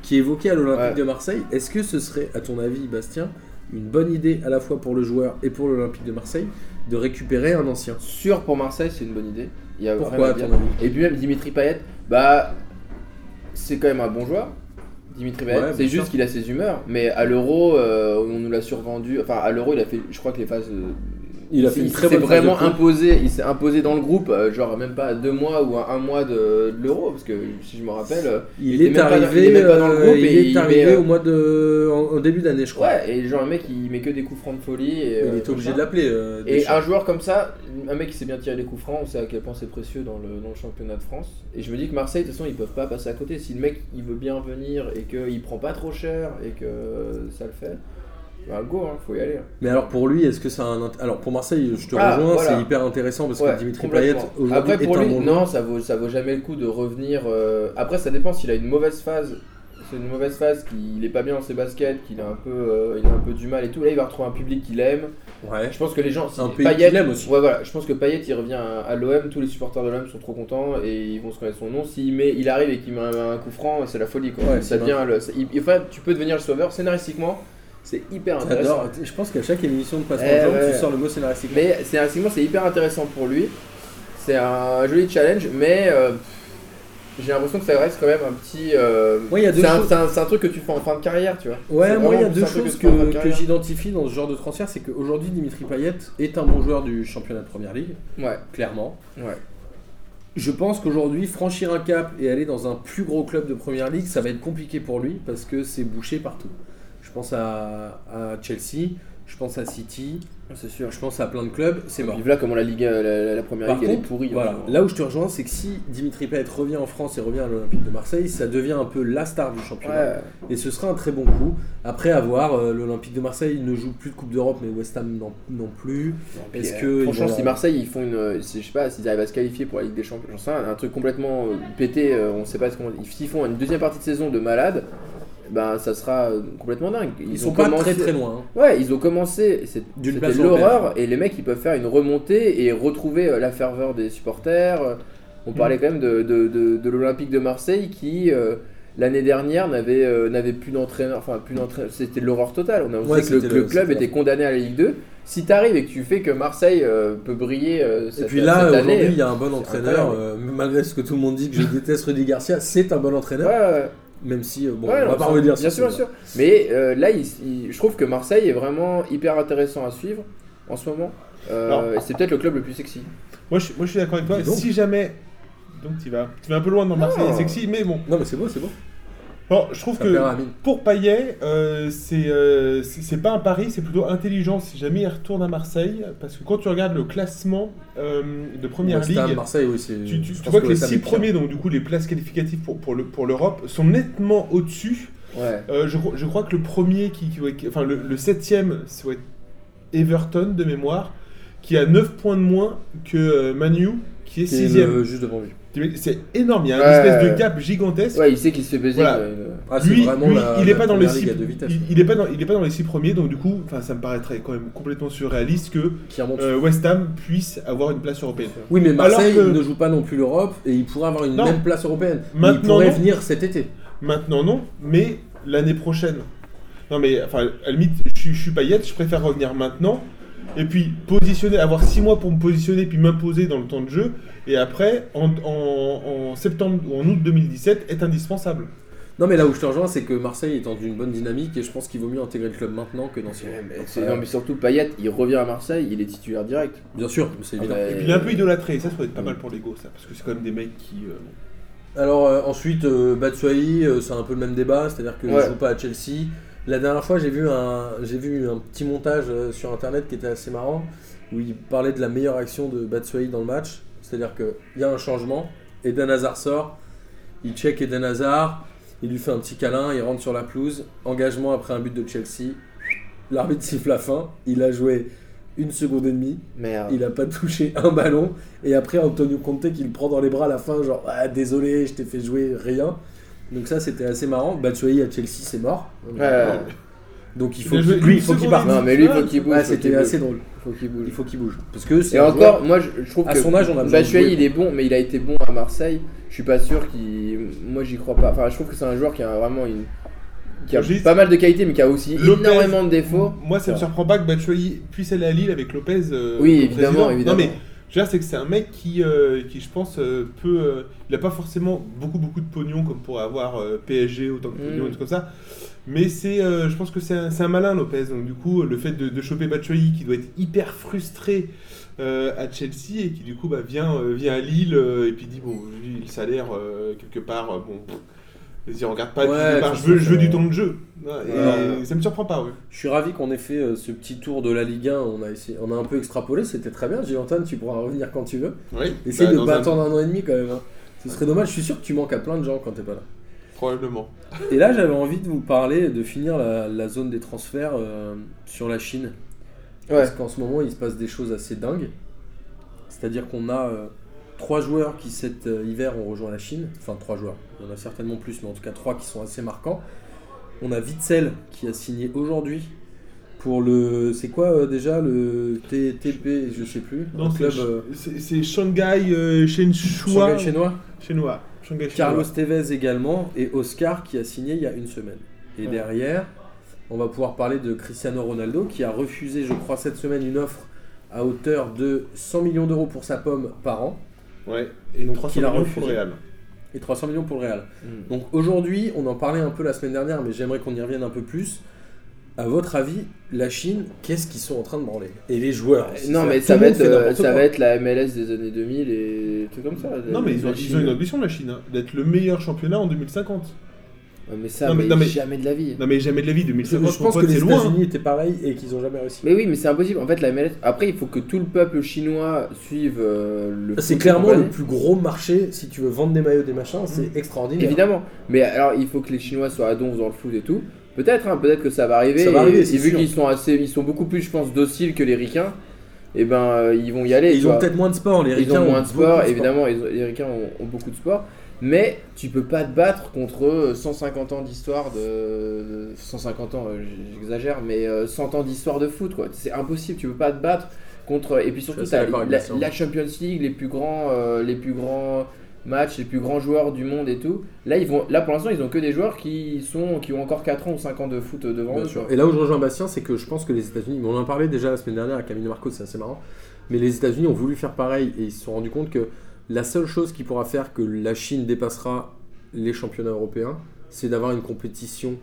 A: qui est évoqué à l'Olympique
B: Ouais.
A: de Marseille, est-ce que ce serait, à ton avis, Bastien, une bonne idée à la fois pour le joueur et pour l'Olympique de Marseille de récupérer un ancien
B: Sûr pour Marseille, c'est une bonne idée. Il y a
A: Pourquoi, Euh, à
B: vraiment
A: ton
B: bien.
A: avis
B: Et puis même Dimitri Payet, bah c'est quand même un bon joueur. Dimitri Payet,
A: Ouais,
B: c'est
A: bien
B: juste
A: sûr.
B: qu'il a ses humeurs. Mais à l'euro, euh, on nous l'a survendu. Enfin, à l'euro, il a fait, je crois que les phases. euh,
A: Il a fait une très
B: s'est
A: bonne phase de
B: vraiment
A: poule.
B: imposé. Il s'est imposé dans le groupe, euh, genre même pas à deux mois ou à un mois de, de l'euro, parce que si je me rappelle, euh,
A: Il
B: était
A: est
B: même pas dans- il est
A: arrivé,
B: même pas dans le
A: euh,
B: groupe
A: il
B: et
A: est
B: il
A: arrivé
B: met, euh,
A: au mois de, en, en début d'année, je crois.
B: ouais, et genre un mec il met que des coups francs de folie. Et,
A: il
B: euh,
A: est obligé
B: machin.
A: de l'appeler. euh,
B: Et ah.
A: Deschamps.
B: un joueur comme ça, un mec qui sait bien tirer les coups francs, on sait à quel point c'est précieux dans le, dans le championnat de France. Et je me dis que Marseille, de toute façon, ils peuvent pas passer à côté. Si le mec il veut bien venir et qu'il prend pas trop cher et que ça le fait, bah go, hein, faut y aller.
A: Mais alors pour lui, est-ce que ça a un int- Alors pour Marseille, je te
B: Ah,
A: rejoins,
B: voilà.
A: c'est hyper intéressant parce
B: Ouais,
A: que Dimitri Payet
B: complètement.
A: aujourd'hui
B: Après
A: est
B: pour
A: un
B: lui,
A: bon joueur.
B: non, ça vaut, ça vaut jamais le coup de revenir. euh, Après, ça dépend s'il a une mauvaise phase. C'est une mauvaise phase, qu'il est pas bien dans ses baskets, qu'il a un peu, euh, il a un peu du mal et tout. Là, il va retrouver un public qu'il aime.
A: Ouais.
B: Je pense que les gens, si
A: Un pays
B: Payet,
A: qu'il aime aussi.
B: Ouais, voilà. Je pense que Payet, il revient à, à l'OM, tous les supporters de l'OM sont trop contents et ils vont se connaître son nom. S'il met, il arrive et qu'il met un, un coup franc, c'est la folie quoi.
A: Ouais,
B: ça
A: c'est
B: devient le, ça- il- il- enfin, tu peux devenir le sauveur scénaristiquement, c'est hyper intéressant.
A: J'adore. Je pense qu'à chaque émission de Passeport
B: Eh
A: Jam,
B: ouais.
A: tu sors le mot scénaristique.
B: Mais scénaristiquement, c'est hyper intéressant pour lui. C'est un joli challenge, mais euh, j'ai l'impression que ça reste quand même un petit. euh,
A: Moi, il y a deux
B: c'est un,
A: choses.
B: c'est un- c'est un truc que tu fais en fin de carrière, tu vois. C'est
A: Ouais, moi, il y a
B: vraiment
A: deux
B: un truc
A: choses
B: tu fais en fin de
A: que, que
B: carrière.
A: j'identifie dans ce genre de transfert. C'est qu'aujourd'hui, Dimitri Payet est un bon joueur du championnat de première ligue,
B: Ouais,
A: clairement.
B: ouais.
A: Je pense qu'aujourd'hui, franchir un cap et aller dans un plus gros club de première ligue, ça va être compliqué pour lui parce que c'est bouché partout. Je pense à, à Chelsea, je pense à City,
B: C'est sûr.
A: je pense à plein de clubs, c'est mort.
B: Puis voilà comment la Ligue, la, la- la première
A: Par
B: Ligue, elle est
A: contre,
B: pourrie. hein, en
A: Voilà.
B: ce moment.
A: Là où je te rejoins, c'est que si Dimitri Payet revient en France et revient à l'Olympique de Marseille, ça devient un peu la star du championnat.
B: Ouais.
A: Et ce sera un très bon coup. Après avoir, euh, l'Olympique de Marseille ne joue plus de Coupe d'Europe, mais West Ham non, non plus. Est-ce
B: Puis,
A: que
B: euh,
A: ils
B: franchement
A: vont-
B: si Marseille ils font une euh, si- je sais pas s'ils arrivent à se qualifier pour la Ligue des Champions j'en sais rien, un truc complètement euh, pété euh, on sait pas ce qu'on ils- s'ils font une deuxième partie de saison de malade ben ça sera euh, complètement dingue
A: Ils,
B: ont
A: sont pas
B: commencé-
A: très très loin. hein.
B: ouais ils ont commencé c'est-
A: D'une
B: c'était
A: place européenne.
B: l'horreur et les mecs ils peuvent faire une remontée et retrouver euh, la ferveur des supporters Euh, on
A: Mm.
B: parlait quand même de, de- de- de l'Olympique de Marseille qui euh, L'année dernière, n'avait euh, n'avait plus d'entraîneur, enfin plus d'entraîneur, c'était l'horreur totale. On a
A: Ouais,
B: que le,
A: c'était
B: le
A: le-
B: club
A: c'était
B: était condamné à la Ligue 2. Si t'arrives et que tu fais que Marseille euh, peut briller euh,
A: Et
B: cette,
A: puis là,
B: cette année,
A: aujourd'hui, il y a un bon entraîneur.
B: incroyable.
A: euh, malgré ce que tout le monde dit que je déteste Rudy Garcia, c'est un bon
B: ouais,
A: entraîneur.
B: ouais,
A: Même si, euh, bon,
B: ouais,
A: on
B: non,
A: va pas
B: ça-
A: revenir
B: Bien
A: sur
B: sûr,
A: ce
B: bien sûr. Mais euh, là, il- il- je trouve que Marseille est vraiment hyper intéressant à suivre en ce moment. Euh,
C: Alors-
B: et c'est peut-être le club le plus sexy.
C: Moi, je, moi, je suis d'accord avec toi.
A: Dis donc.
C: Si jamais. Donc, tu vas. Tu vas un peu loin dans Marseille
B: Non.
C: est sexy, mais bon.
A: Non, mais c'est beau, c'est beau.
C: Alors, je trouve
A: Ça
C: que.
A: plaira à Amine.
C: Pour Payet, euh, c'est euh, c'est- c'est pas un pari, c'est plutôt intelligent si jamais il retourne à Marseille. Parce que quand tu regardes le classement euh, de première
A: West
C: ligue,
A: Ham, Marseille, oui, c'est.
C: tu, tu-
A: je
C: tu
A: pense
C: vois que les
A: West Ham
C: six
A: est pire.
C: premiers, donc du coup les places qualificatives pour, pour le- pour l'Europe, sont nettement au-dessus.
B: Ouais.
C: Euh, je, crois- je crois que le premier, qui, qui- ouais, qui- enfin le, le septième, c'est ouais, Everton de mémoire, qui a 9 points de moins que euh, Manu,
A: Qui
C: qui est
A: est
C: 6 e
A: le- juste devant lui.
C: C'est énorme, il y a une
B: Ouais.
C: espèce de gap gigantesque.
B: Ouais, il sait qu'il se fait baiser.
C: Voilà.
B: euh,
A: Ah, c'est
C: Lui,
A: vraiment
C: lui,
A: la-
C: il est
A: la
C: pas dans les
A: première
C: six,
A: ligue à deux vitesses.
C: il, il est pas dans, il est pas dans les six premiers, donc du coup, enfin, ça me paraîtrait quand même complètement surréaliste que
A: Qui remonte
C: euh, West Ham puisse avoir une place européenne.
A: Oui, mais Marseille
C: Alors que-
A: ne joue pas non plus l'Europe et il pourrait avoir une
C: Non.
A: même place européenne. Mais il
C: Maintenant,
A: pourrait
C: non.
A: venir cet été.
C: Maintenant, non, mais l'année prochaine. Non, mais enfin, à la limite, je, suis- je suis paillette, je préfère revenir maintenant. Et puis, positionner, avoir six mois pour me positionner, puis m'imposer dans le temps de jeu. Et après, en, en- en septembre ou en août 2017, est indispensable.
A: Non, mais là où je te rejoins, c'est que Marseille est dans une bonne dynamique et je pense qu'il vaut mieux intégrer le club maintenant que dans six mois.
B: euh. c'est- Non, mais surtout Payet, il revient à Marseille, il est titulaire direct.
A: Bien sûr, c'est évident.
B: Ah, mais-
C: Et puis, il est un peu idolâtré, et ça, ça peut être pas mal pour l'ego, ça, parce que c'est quand même des mecs qui. euh,
A: Alors euh, ensuite, euh, Batshuayi, euh, c'est un peu le même débat, c'est-à-dire qu'il
B: Ouais.
A: ne joue pas à Chelsea. La dernière fois, j'ai vu un, j'ai vu un petit montage euh, sur internet qui était assez marrant, où il parlait de la meilleure action de Batshuayi dans le match, c'est-à-dire qu'il y a un changement, Eden Hazard sort, il check Eden Hazard, il lui fait un petit câlin, il rentre sur la pelouse, engagement après un but de Chelsea, l'arbitre siffle la fin, il a joué une seconde et demie,
B: Merde.
A: il a pas touché un ballon. Et après, Antonio Conte qui le prend dans les bras à la fin, genre ah, désolé, je t'ai fait jouer rien. Donc ça, c'était assez marrant. Batshuayi à Chelsea, c'est mort.
B: Ouais.
A: Donc il
C: Il
A: faut
C: a
A: qu'il
C: joué
A: lui,
C: une
A: il faut qu'il
C: seconde
A: parte.
B: Non, mais lui, il faut qu'il bouge.
A: Ouais,
B: faut qu'il
A: c'était
B: bouge.
A: assez drôle.
B: Faut qu'il bouge.
A: Il faut qu'il bouge. Parce que c'est
B: Et
A: un joueur-
B: encore, moi je, je trouve
A: À
B: que
A: son âge, on a besoin de
B: Batshuayi,
A: jouer.
B: il est bon, mais il a été bon à Marseille. Je suis pas sûr qu'il. Moi j'y crois pas. Enfin, je trouve que c'est un joueur qui a vraiment une. qui a
C: Juste-
B: pas mal de qualité, mais qui a aussi
C: Lopez.
B: énormément de défauts.
C: Moi, ça me surprend pas que Batshuayi puisse aller à Lille avec Lopez. euh,
B: Oui,
C: comme
B: évidemment,
C: président.
B: évidemment.
C: Non, mais je veux dire, c'est que c'est un mec qui, euh, qui je pense, euh, peut. euh, il a pas forcément beaucoup, beaucoup de pognon comme pourrait avoir euh, PSG, autant de pognon,
B: Mm.
C: et tout comme ça. Mais c'est, euh, je pense que c'est un, c'est un malin, Lopez. Donc, du coup, le fait de, de choper Batshuayi, qui doit être hyper frustré euh, à Chelsea, et qui, du coup, bah, vient, euh, vient à Lille, euh, et puis dit, bon, lui, le salaire, euh, quelque part, euh, bon. pff, Vas-y, regarde pas,
A: Ouais,
C: quelque part,
A: ça,
C: je veux,
A: ça,
C: je veux
A: ça-
C: du temps de jeu. Et
A: Ouais.
C: ça me surprend pas, ouais.
A: Je suis ravi qu'on ait fait euh, ce petit tour de la Ligue 1. On a, essayé, on a un peu extrapolé, c'était très bien. Gilles Antoine, tu pourras revenir quand tu veux.
C: Oui.
A: Essaye
C: Bah,
A: de
C: dans
A: pas
C: un-
A: attendre un an et demi quand même. hein. Ce serait dommage, je suis sûr que tu manques à plein de gens quand t'es pas là.
C: Probablement.
A: Et là, j'avais envie de vous parler, de finir la, la zone des transferts euh, sur la Chine.
B: Ouais.
A: Parce qu'en ce moment, il se passe des choses assez dingues. C'est-à-dire qu'on a euh, trois joueurs qui cet euh, hiver ont rejoint la Chine. Enfin, trois joueurs. Il y en a certainement plus, mais en tout cas trois qui sont assez marquants. On a Witzel qui a signé aujourd'hui pour le. C'est quoi euh, déjà le TTP Je sais plus.
C: Non,
A: un
C: c'est
A: club
C: Ch-
A: euh,
C: c'est c'est Shanghai euh, Shenhua.
A: Shanghai chinois.
C: Shenhua. Shanghai
A: Carlos
C: Shenhua.
A: Tevez également et Oscar qui a signé il y a une semaine. Et
B: Ouais.
A: derrière, on va pouvoir parler de Cristiano Ronaldo qui a refusé, je crois, cette semaine une offre à hauteur de 100 millions d'euros pour sa pomme par an
C: Ouais. Et
A: Donc,
C: 300
A: il a
C: millions
A: refusé.
C: pour le Real.
A: et 300 millions pour le Real.
B: Mm.
A: Donc aujourd'hui, on en parlait un peu la semaine dernière, mais j'aimerais qu'on y revienne un peu plus. À votre avis, la Chine, qu'est-ce qu'ils sont en train de branler Et les joueurs aussi,
B: Euh,
A: c'est-à-dire
B: Non, mais
A: tout
B: ça
A: le
B: va,
A: monde
B: être,
A: fait
B: euh,
A: n'importe
B: ça
A: quoi.
B: va être la MLS des années 2000 et tout comme ça.
C: Non, mais ils ont,
B: La
C: ils
B: Chine.
C: ont une ambition, la Chine, hein, d'être le meilleur championnat en 2050.
B: Ouais, mais ça,
C: Non, mais-
B: mais
C: non, mais-
B: jamais de la vie.
C: Non, mais jamais de la vie,
A: Je,
C: 2050,
A: je pense
C: mon
A: que
C: pote,
A: les
C: c'est loin. hein.
A: États-Unis étaient pareils et qu'ils n'ont jamais réussi.
B: Mais oui, mais c'est impossible. En fait, la MLS. Après, il faut que tout le peuple chinois suive euh, le. foot
A: C'est
B: et
A: clairement
B: compagnie.
A: le plus gros marché si tu veux vendre des maillots, des machins, c'est extraordinaire.
B: Mmh. Évidemment. Mais alors, il faut que les Chinois soient à donf dans le foot et tout. Peut-être, hein, peut-être que ça va arriver.
A: Ça va
B: et-
A: arriver,
B: et,
A: c'est
B: vu
A: sûr.
B: qu'ils sont assez, ils sont beaucoup plus, je pense, dociles que les Ricains. Et ben, euh, ils vont y aller.
A: Et
B: tu
A: ils ont
B: vois.
A: peut-être moins de sport, les
B: Ils
A: Ricains
B: ont moins de
A: beaucoup
B: sport, évidemment, ils ont- les Ricains ont, ont beaucoup de sport. Mais tu peux pas te battre contre euh, 150 ans d'histoire de. 150 ans, euh, j'exagère, mais euh, 100 ans d'histoire de foot, quoi. C'est impossible, tu peux pas te battre contre. Et puis surtout,
A: assez
B: t'as
A: d'accord
B: la,
A: avec Bastien.
B: la Champions League, les plus grands. euh, les plus grands matchs, les plus grands joueurs du monde et tout. Là, ils vont, là pour l'instant, ils ont que des joueurs qui, sont, qui ont encore 4 ans ou 5 ans de foot devant
A: Bien
B: eux.
A: sûr.
B: quoi.
A: Et là où je rejoins Bastien, c'est que je pense que les États-Unis, mais on en parlait déjà la semaine dernière avec Camille Marco, c'est assez marrant, mais les États-Unis ont voulu faire pareil et ils se sont rendus compte que la seule chose qui pourra faire que la Chine dépassera les championnats européens, c'est d'avoir une compétition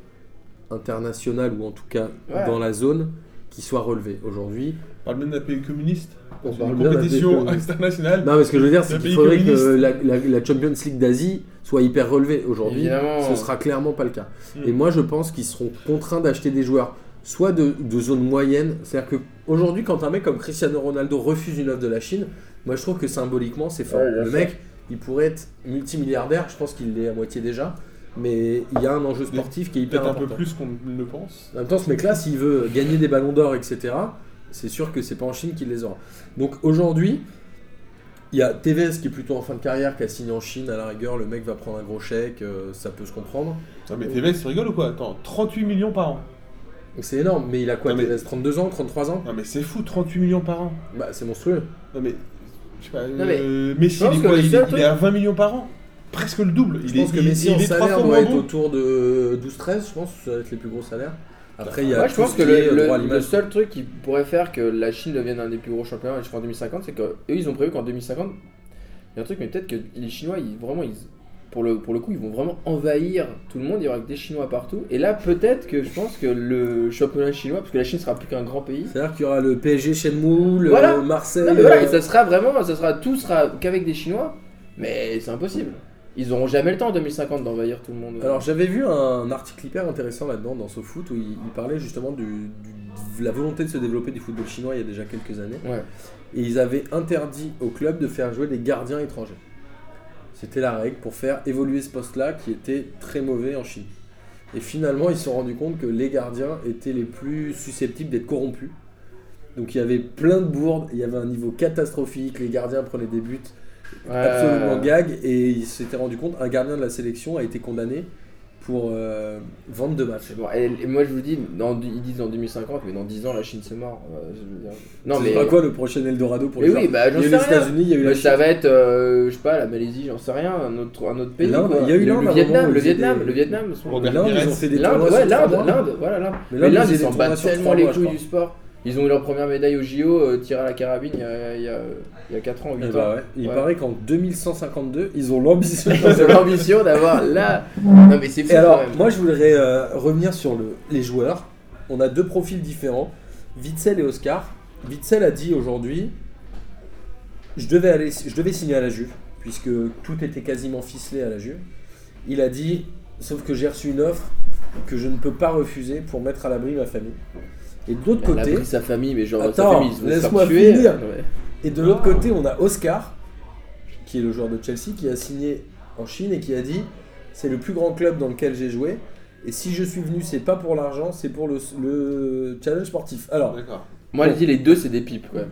A: internationale ou en tout cas
B: Ouais.
A: dans la zone qui soit relevée. Aujourd'hui,
C: On parle même d'un pays communiste.
A: On
C: C'est
A: parle
C: une
A: bien d'un pays
C: compétition
A: communiste.
C: internationale.
A: non mais ce que je veux dire, c'est
C: Le
A: qu'il
C: pays
A: faudrait que la,
C: communiste.
A: la- la Champions League d'Asie soit hyper relevée. Aujourd'hui,
B: Évidemment.
A: ce sera clairement pas le cas.
C: Mm.
A: Et moi, je pense qu'ils seront contraints d'acheter des joueurs soit de, de zone moyenne. C'est-à-dire qu'aujourd'hui, quand un mec comme Cristiano Ronaldo refuse une offre de la Chine, moi je trouve que symboliquement, c'est fort.
B: Ouais, bien
A: le
B: sûr.
A: mec, il pourrait être multimilliardaire, je pense qu'il l'est à moitié déjà, mais il y a un enjeu sportif qui est hyper
C: Peut-être un peu
A: important.
C: plus qu'on ne le pense.
A: En même temps, ce mec-là, s'il veut gagner des ballons d'or, etc., c'est sûr que c'est pas en Chine qu'il les aura. Donc aujourd'hui, il y a TVS qui est plutôt en fin de carrière, qui a signé en Chine, à la rigueur, le mec va prendre un gros chèque, euh, ça peut se comprendre.
C: Non, mais Tevez, tu rigoles ou quoi Attends, 38 millions par an.
A: Donc c'est énorme, mais il a quoi
C: Non, mais-
A: TVS 32 ans, 33 ans
C: Non, mais c'est fou, 38 millions par an.
A: Bah c'est monstrueux.
C: Non, mais. Je sais pas.
B: Non,
C: euh, Messi,
B: je pense
C: il est
B: que
C: quoi
B: le
C: Il
B: seul
C: est- il est à 20 millions par an. Presque le double.
A: Je
C: il
A: pense
C: est,
A: que
C: il-
A: Messi
C: il
A: en
C: est trois
A: salaire
C: fois
A: doit
C: moins
A: être
C: bon.
A: autour de 12-13, je pense, ça va être les plus gros salaires. Après, il y a
B: Moi, je
A: tout
B: pense
A: ce
B: que
A: qui est,
B: le,
A: euh,
B: le-
A: droit à
B: le
A: l'image.
B: seul truc qui pourrait faire que la Chine devienne un des plus gros championnats jusqu'en 2050, c'est que eux, ils ont prévu qu'en 2050, il y a un truc, mais peut-être que les Chinois, ils vraiment, ils, pour le pour le coup, ils vont vraiment envahir tout le monde. Il y aura que des Chinois partout. Et là, peut-être que je pense que le championnat chinois, parce que la Chine sera plus qu'un grand pays.
A: C'est-à-dire qu'il y aura le PSG Shenmue, le
B: Voilà.
A: Marseille.
B: Non, mais voilà,
A: euh,
B: et ça sera vraiment, ça sera tout sera qu'avec des Chinois, mais c'est impossible. Ils auront jamais le temps en 2050 d'envahir tout le monde.
A: Alors j'avais vu un article hyper intéressant là-dedans dans ce foot où il, il parlait justement du, du- de la volonté de se développer du football chinois il y a déjà quelques années.
B: Ouais.
A: Et ils avaient interdit au club de faire jouer des gardiens étrangers. C'était la règle pour faire évoluer ce poste-là qui était très mauvais en Chine. Et finalement, ils se sont rendus compte que les gardiens étaient les plus susceptibles d'être corrompus. Donc il y avait plein de bourdes, il y avait un niveau catastrophique, les gardiens prenaient des buts
B: Ouais. Euh,
A: absolument gag et il s'était rendu compte un gardien de la sélection a été condamné pour euh, vendre deux matchs.
B: C'est bon. Et, et moi je vous dis, dans- ils disent en 2050, mais dans 10 ans la Chine c'est mort. Euh, je veux dire. Non
A: Ce
B: mais.
A: sera quoi le prochain Eldorado pour
B: mais
A: les
B: oui,
A: gens
B: bah j'en
A: Il y a eu
B: sais
A: les
B: rien.
A: États-Unis, il y a eu la
B: Mais
A: Chine.
B: ça va être, euh, je sais pas, la Malaisie, j'en sais rien, un autre, un autre pays.
A: L'Inde,
B: quoi.
A: il y a eu
B: Le-
A: l'Inde à
B: le
A: un moment où
B: Vietnam, le
A: ils faisaient
B: Vietnam,
A: des-
B: le Vietnam, en ce moment.
C: Robert
A: L'Inde, ils ont
C: Pires.
A: fait des
B: L'Inde,
A: tournois
B: ouais,
A: sur trois
B: l'Inde,
A: mois.
B: l'Inde, voilà l'Inde.
A: Mais
B: Mais
A: l'Inde,
B: l'Inde,
A: ils
B: ils
A: faisaient
B: s'en
A: des
B: battent
A: tournois sur
B: tellement
A: trois
B: les
A: mois,
B: couilles
A: je
B: du hein. sport. Ils ont eu leur première médaille au JO, euh, tiré à la carabine il y a, il y a, il y a 4 ans, 8
A: Eh
B: ans.
A: bah ouais, Il
B: Ouais.
A: paraît qu'en 2152, ils ont l'ambition.
B: Ils ont l'ambition d'avoir la. Non mais c'est fou
A: Et alors,
B: quand même.
A: moi, je voudrais euh, revenir sur le, les joueurs. On a deux profils différents, Witzel et Oscar. Witzel a dit aujourd'hui, je devais aller, je devais signer à la Juve, puisque tout était quasiment ficelé à la Juve. Il a dit, sauf que j'ai reçu une offre que je ne peux pas refuser pour mettre à l'abri ma famille. Et de l'autre
B: Elle a
A: côté,
B: pris sa famille, mais genre
A: Attends,
B: sa famille, ils se vont se
A: laisse-moi
B: faire tuer.
A: finir.
B: Ouais.
A: Et de l'autre côté, on a Oscar, qui est le joueur de Chelsea, qui a signé en Chine et qui a dit c'est le plus grand club dans lequel j'ai joué. Et si je suis venu, c'est pas pour l'argent, c'est pour le, le challenge sportif. Alors,
C: D'accord.
B: Moi, je dis les deux, c'est des pipes. quoi.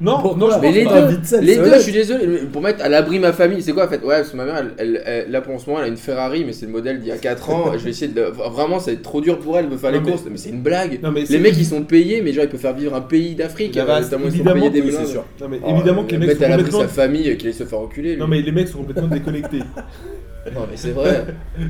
C: Non, non, je
B: Mais
C: pense
B: les
C: pas.
B: deux,
A: Vitzel,
B: les
A: c'est
B: deux,
A: vrai.
B: je suis désolé, mais pour mettre à l'abri ma famille, c'est quoi en fait Ouais, parce que ma mère, elle, elle- elle- là pour ce moment, elle a une Ferrari, mais c'est le modèle d'il y a 4 ans. et je vais essayer de. la- Vraiment, ça va être trop dur pour elle de faire les
C: Non, mais-
B: courses, mais c'est une blague.
C: Non, mais
B: Les
C: c'est-
B: mecs, ils sont payés, mais genre, ils peuvent faire vivre un pays d'Afrique.
C: La
B: euh,
C: vaste,
B: notamment, ils sont
C: évidemment,
B: payés des
C: oui,
B: blindes.
C: c'est sûr. Non, mais
B: Oh,
C: évidemment que les mecs
B: mettre
C: sont
B: à l'abri
C: complètement.
B: sa famille et qu'il allait se faire reculer. lui.
C: Non, mais les mecs sont complètement déconnectés.
B: Non, mais c'est vrai.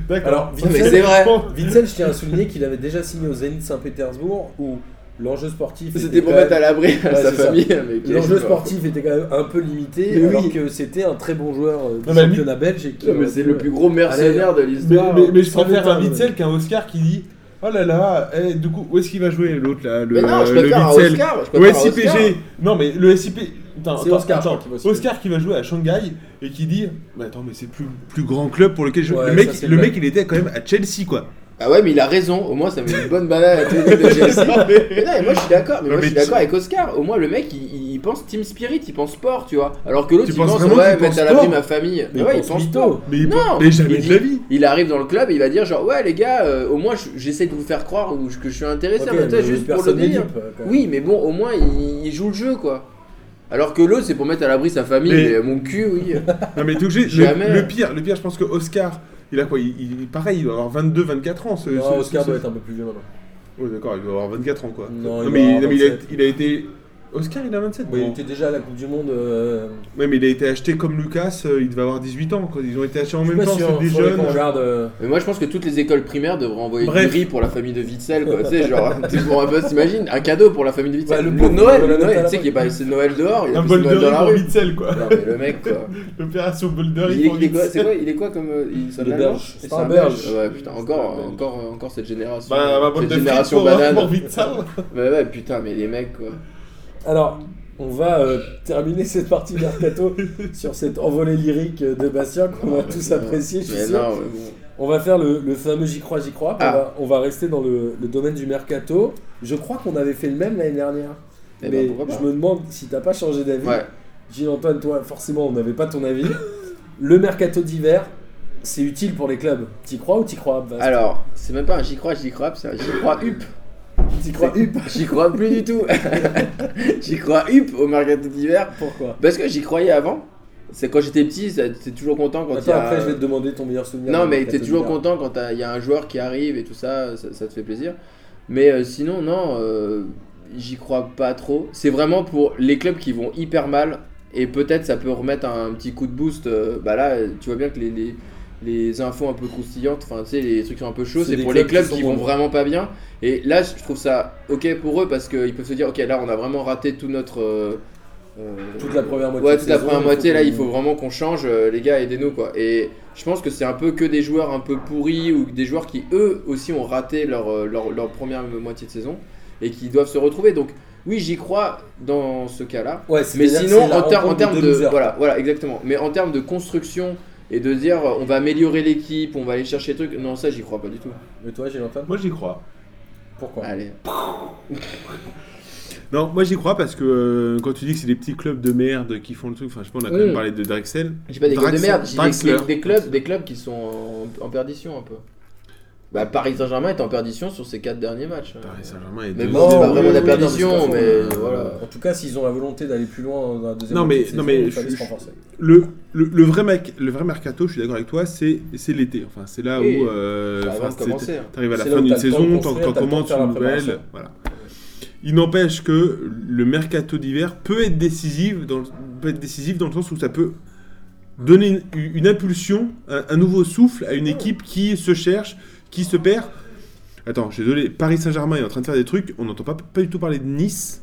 C: D'accord.
A: alors
B: Non, mais
A: Vitzel,
B: c'est vrai.
C: Bon,
A: Vitzel, je tiens à souligner qu'il avait déjà signé au Zénith Saint-Pétersbourg, où l'enjeu sportif.
B: C'était
A: était
B: pour
A: quand
B: mettre à
A: même-
B: l'abri hein,
A: Ouais,
B: sa
A: c'est ça.
B: famille. mais quel
A: L'enjeu
B: joueur.
A: sportif était quand même un peu limité,
C: Mais
A: alors
C: oui.
A: que c'était un très bon joueur euh, du
C: Non, mais
A: championnat belge. et qui
B: Non, mais
A: aurait
B: C'est
A: pu-
B: le plus gros mercenaire de
C: Mais,
B: l'histoire.
C: mais- mais je
A: sans
C: préfère un
A: détail,
C: Witzel qu'un Oscar qui dit Oh là là, eh, du coup, où est-ce qu'il va jouer l'autre là Le,
B: Mais non, je
C: le
B: préfère un
C: Witzel.
B: Oscar. je
C: Le
B: préfère un Oscar.
C: SIPG. Non, mais le SIP. Attends,
A: C'est
C: attends,
A: Oscar, je
C: attends.
A: crois, qui va se-
C: Oscar qui va jouer à Shanghai et qui dit Mais attends, mais c'est plus plus grand club pour lequel je.
A: Ouais,
C: le mec,
A: ça, c'est
C: le
A: vrai.
C: mec, il était quand même à Chelsea quoi.
B: Ah ouais, mais il a raison. Au moins, ça met une bonne balade à tous les mecs de Chelsea. Mais non, mais moi je suis d'accord. Mais
C: Non,
B: moi je
C: mais
B: suis
C: tu-
B: d'accord avec Oscar. Au moins, le mec il, il pense team spirit, il pense sport, tu vois. Alors que l'autre
C: Tu
B: il
C: penses
B: pense
C: vraiment
B: ouais,
C: qu'il pense
B: mettre à l'abri
C: sport
B: ma famille.
A: Mais
B: Mais ouais, il
A: pense
B: pense
A: mytho.
B: sport.
C: Mais, il
B: Non,
C: peut- mais jamais
B: il
C: de
B: dit-
C: la vie.
B: Il arrive dans le club et il va dire genre ouais les gars, euh, au moins je- j'essaie de vous faire croire ou que je suis intéressé
A: Ok,
B: en même temps,
A: mais
B: juste pour le
A: personne
B: délire.
A: n'équipe, euh, quand même.
B: Oui, mais bon, au moins il, il joue le jeu quoi. Alors que l'autre c'est pour mettre à l'abri sa famille.
C: Mais-
B: Mais mon cul, oui.
C: Non mais t'es obligé,
B: Jamais.
C: le, le pire, le pire je pense que Oscar, il a quoi il, il- Pareil, il doit avoir 22, 24 ans. Ce,
A: Non,
C: ce-
A: Oscar
C: ce-
A: doit être un peu plus vieux maintenant.
C: Ouais, d'accord, il doit avoir 24 ans quoi.
A: Non,
C: Non,
A: il doit
C: mais,
A: avoir
C: non, mais il, a,
A: 27.
C: il a été... Oscar il a 27
A: Ouais,
C: bon.
A: Il était déjà à la Coupe du Monde. euh,
C: Ouais mais il a été acheté comme Lucas, euh, il devait avoir 18 ans quoi. Ils ont été achetés en
A: je sais
C: même
A: pas
C: temps,
A: si
C: c'est
A: on-
C: des
A: faudrait
C: jeunes.
A: qu'on regarde, euh,
B: Mais moi je pense que toutes les écoles primaires devraient envoyer
C: Bref.
B: du riz pour la famille de Witzel quoi, tu sais genre tu pourrais pas t'imagines un cadeau pour la famille de Witzel.
C: Bah,
A: Ouais, le
B: le
A: pot-
B: Noël,
A: le
B: le
A: Noël à
B: Noël,
A: la
B: tu
A: fin.
B: sais qu'il y a pas c'est Noël dehors, il y a
C: Un
B: plus
C: bol de
B: Noël dans
C: riz
B: la
C: pour
B: rue.
C: Witzel quoi.
B: Non mais le mec quoi.
C: L'opération bol de
B: Il
C: riz
B: est,
C: pour
B: il est quoi,
C: Witzel.
B: c'est quoi, il est quoi comme euh, il sonne
A: Le
B: allemand
A: Belge.
B: C'est
A: C'est un
B: un belge.
A: Belge.
B: Ouais putain encore
A: C'est un
B: encore encore cette génération.
C: Bah, ma boîte
B: cette
C: de frites
B: génération
C: pour,
B: banane.
C: pour Witzel.
B: Ouais ouais putain mais les mecs quoi.
A: Alors, on va euh, terminer cette partie mercato sur cette envolée lyrique euh, de Bastien qu'on va
B: Non,
A: tous
B: mais
A: apprécier. je suis
B: Mais
A: sûr.
B: non mais bon.
A: On va faire le, le fameux j'y crois, j'y crois. puis
B: Ah.
A: On, va, on va rester dans le, le domaine du mercato. Je crois qu'on avait fait le même l'année dernière.
B: Eh
A: mais
B: ben, pourquoi
A: je me demande si t'as pas changé d'avis.
B: Ouais.
A: Gilles-Antoine, toi, forcément, on n'avait pas ton avis. le mercato d'hiver, c'est utile pour les clubs. T'y crois ou t'y crois pas
B: Alors, c'est même pas un j'y crois, j'y crois, c'est un j'y crois up.
A: T'y crois Hupp
B: J'y crois plus du tout. j'y crois up au mercato d'hiver.
A: Pourquoi
B: Parce que j'y croyais avant. C'est quand j'étais petit, ça- t'es toujours content quand il y
A: Attends,
B: a.
A: après, je vais te demander ton meilleur souvenir.
B: Non,
A: du
B: mais
A: mercato
B: t'es toujours
A: d'hiver.
B: content quand t'as- il y a un joueur qui arrive et tout ça, ça, ça te fait plaisir. Mais euh, sinon, non, euh, j'y crois pas trop. C'est vraiment pour les clubs qui vont hyper mal et peut-être ça peut remettre un, petit coup de boost. euh, bah là, euh, tu vois bien que les, les, les infos un peu croustillantes, enfin tu sais, les trucs sont un peu chauds,
A: C'est
B: c'est
A: des
B: pour les
A: clubs qui
B: clubs
A: sont
B: qui vont
A: bons.
B: vraiment pas bien. Et là, je trouve ça ok pour eux parce qu'ils peuvent se dire, ok, là, on a vraiment raté tout notre. euh, euh,
A: Toute la première moitié.
B: Ouais,
A: de
B: toute la
A: saison,
B: première moitié,
A: qu'on-
B: là, il faut vraiment qu'on change, euh, les gars, aidez-nous, quoi. Et je pense que c'est un peu que des joueurs un peu pourris ou des joueurs qui, eux aussi, ont raté leur, euh, leur, leur première moitié de saison et qui doivent se retrouver. Donc, oui, j'y crois dans ce cas-là.
A: Ouais,
B: Mais
A: c'est-à-dire que
B: sinon,
A: c'est la
B: en, ter- en
A: rencontre
B: termes
A: deux
B: de.
A: losers.
B: Voilà, voilà, exactement. Mais en termes de construction et de dire euh, on va améliorer l'équipe, on va aller chercher des trucs, non, ça, j'y crois pas du tout.
A: Mais toi, Gilles-Antoine
C: Moi j'y crois.
A: Pourquoi
B: Allez.
C: Non, moi j'y crois parce que euh, quand tu dis que c'est des petits clubs de merde qui font le truc, enfin je sais pas, on a quand
B: Oui.
C: même parlé de Drexel.
B: J'ai pas des clubs de
C: Draxler-
B: merde, j'ai des-
C: Draxler.
B: des, des clubs, des clubs qui sont en, en perdition un peu. Bah, Paris Saint-Germain est en perdition sur ses 4 derniers matchs. hein.
C: Paris Saint-Germain est
B: Mais
C: deuxième.
B: bon, c'est pas vraiment
A: oui,
B: la
A: oui, non, mais
B: perdition,
A: c'est pas faux,
B: mais
A: euh,
B: voilà.
A: En tout cas, s'ils ont la volonté d'aller plus loin dans la deuxième
C: Non, mais-
A: partie de
C: non,
A: saison,
C: mais
A: il fallait
C: je-
A: se renforcer.
C: Le, le, le vrai mec, le vrai mercato, je suis d'accord avec toi, c'est c'est l'été. Enfin, c'est là
B: Oui,
C: où euh,
B: ça va
C: enfin,
B: avant de
C: c'est-
B: commencer, hein.
C: t'arrives à la
A: C'est là
C: fin
A: où
C: d'une
A: t'as le temps de
C: saison, t'en
A: construire,
C: t'en
A: t'as le temps de
C: commandes
A: faire la
C: une nouvelle.
A: préparation.
C: Voilà. Il n'empêche que le mercato d'hiver peut être décisif dans le, peut être décisif dans le sens où ça peut donner une, une impulsion, un, un nouveau souffle à une équipe qui se cherche, qui se perd. Attends, je suis désolé, Paris Saint-Germain est en train de faire des trucs, on n'entend pas, pas du tout parler de Nice.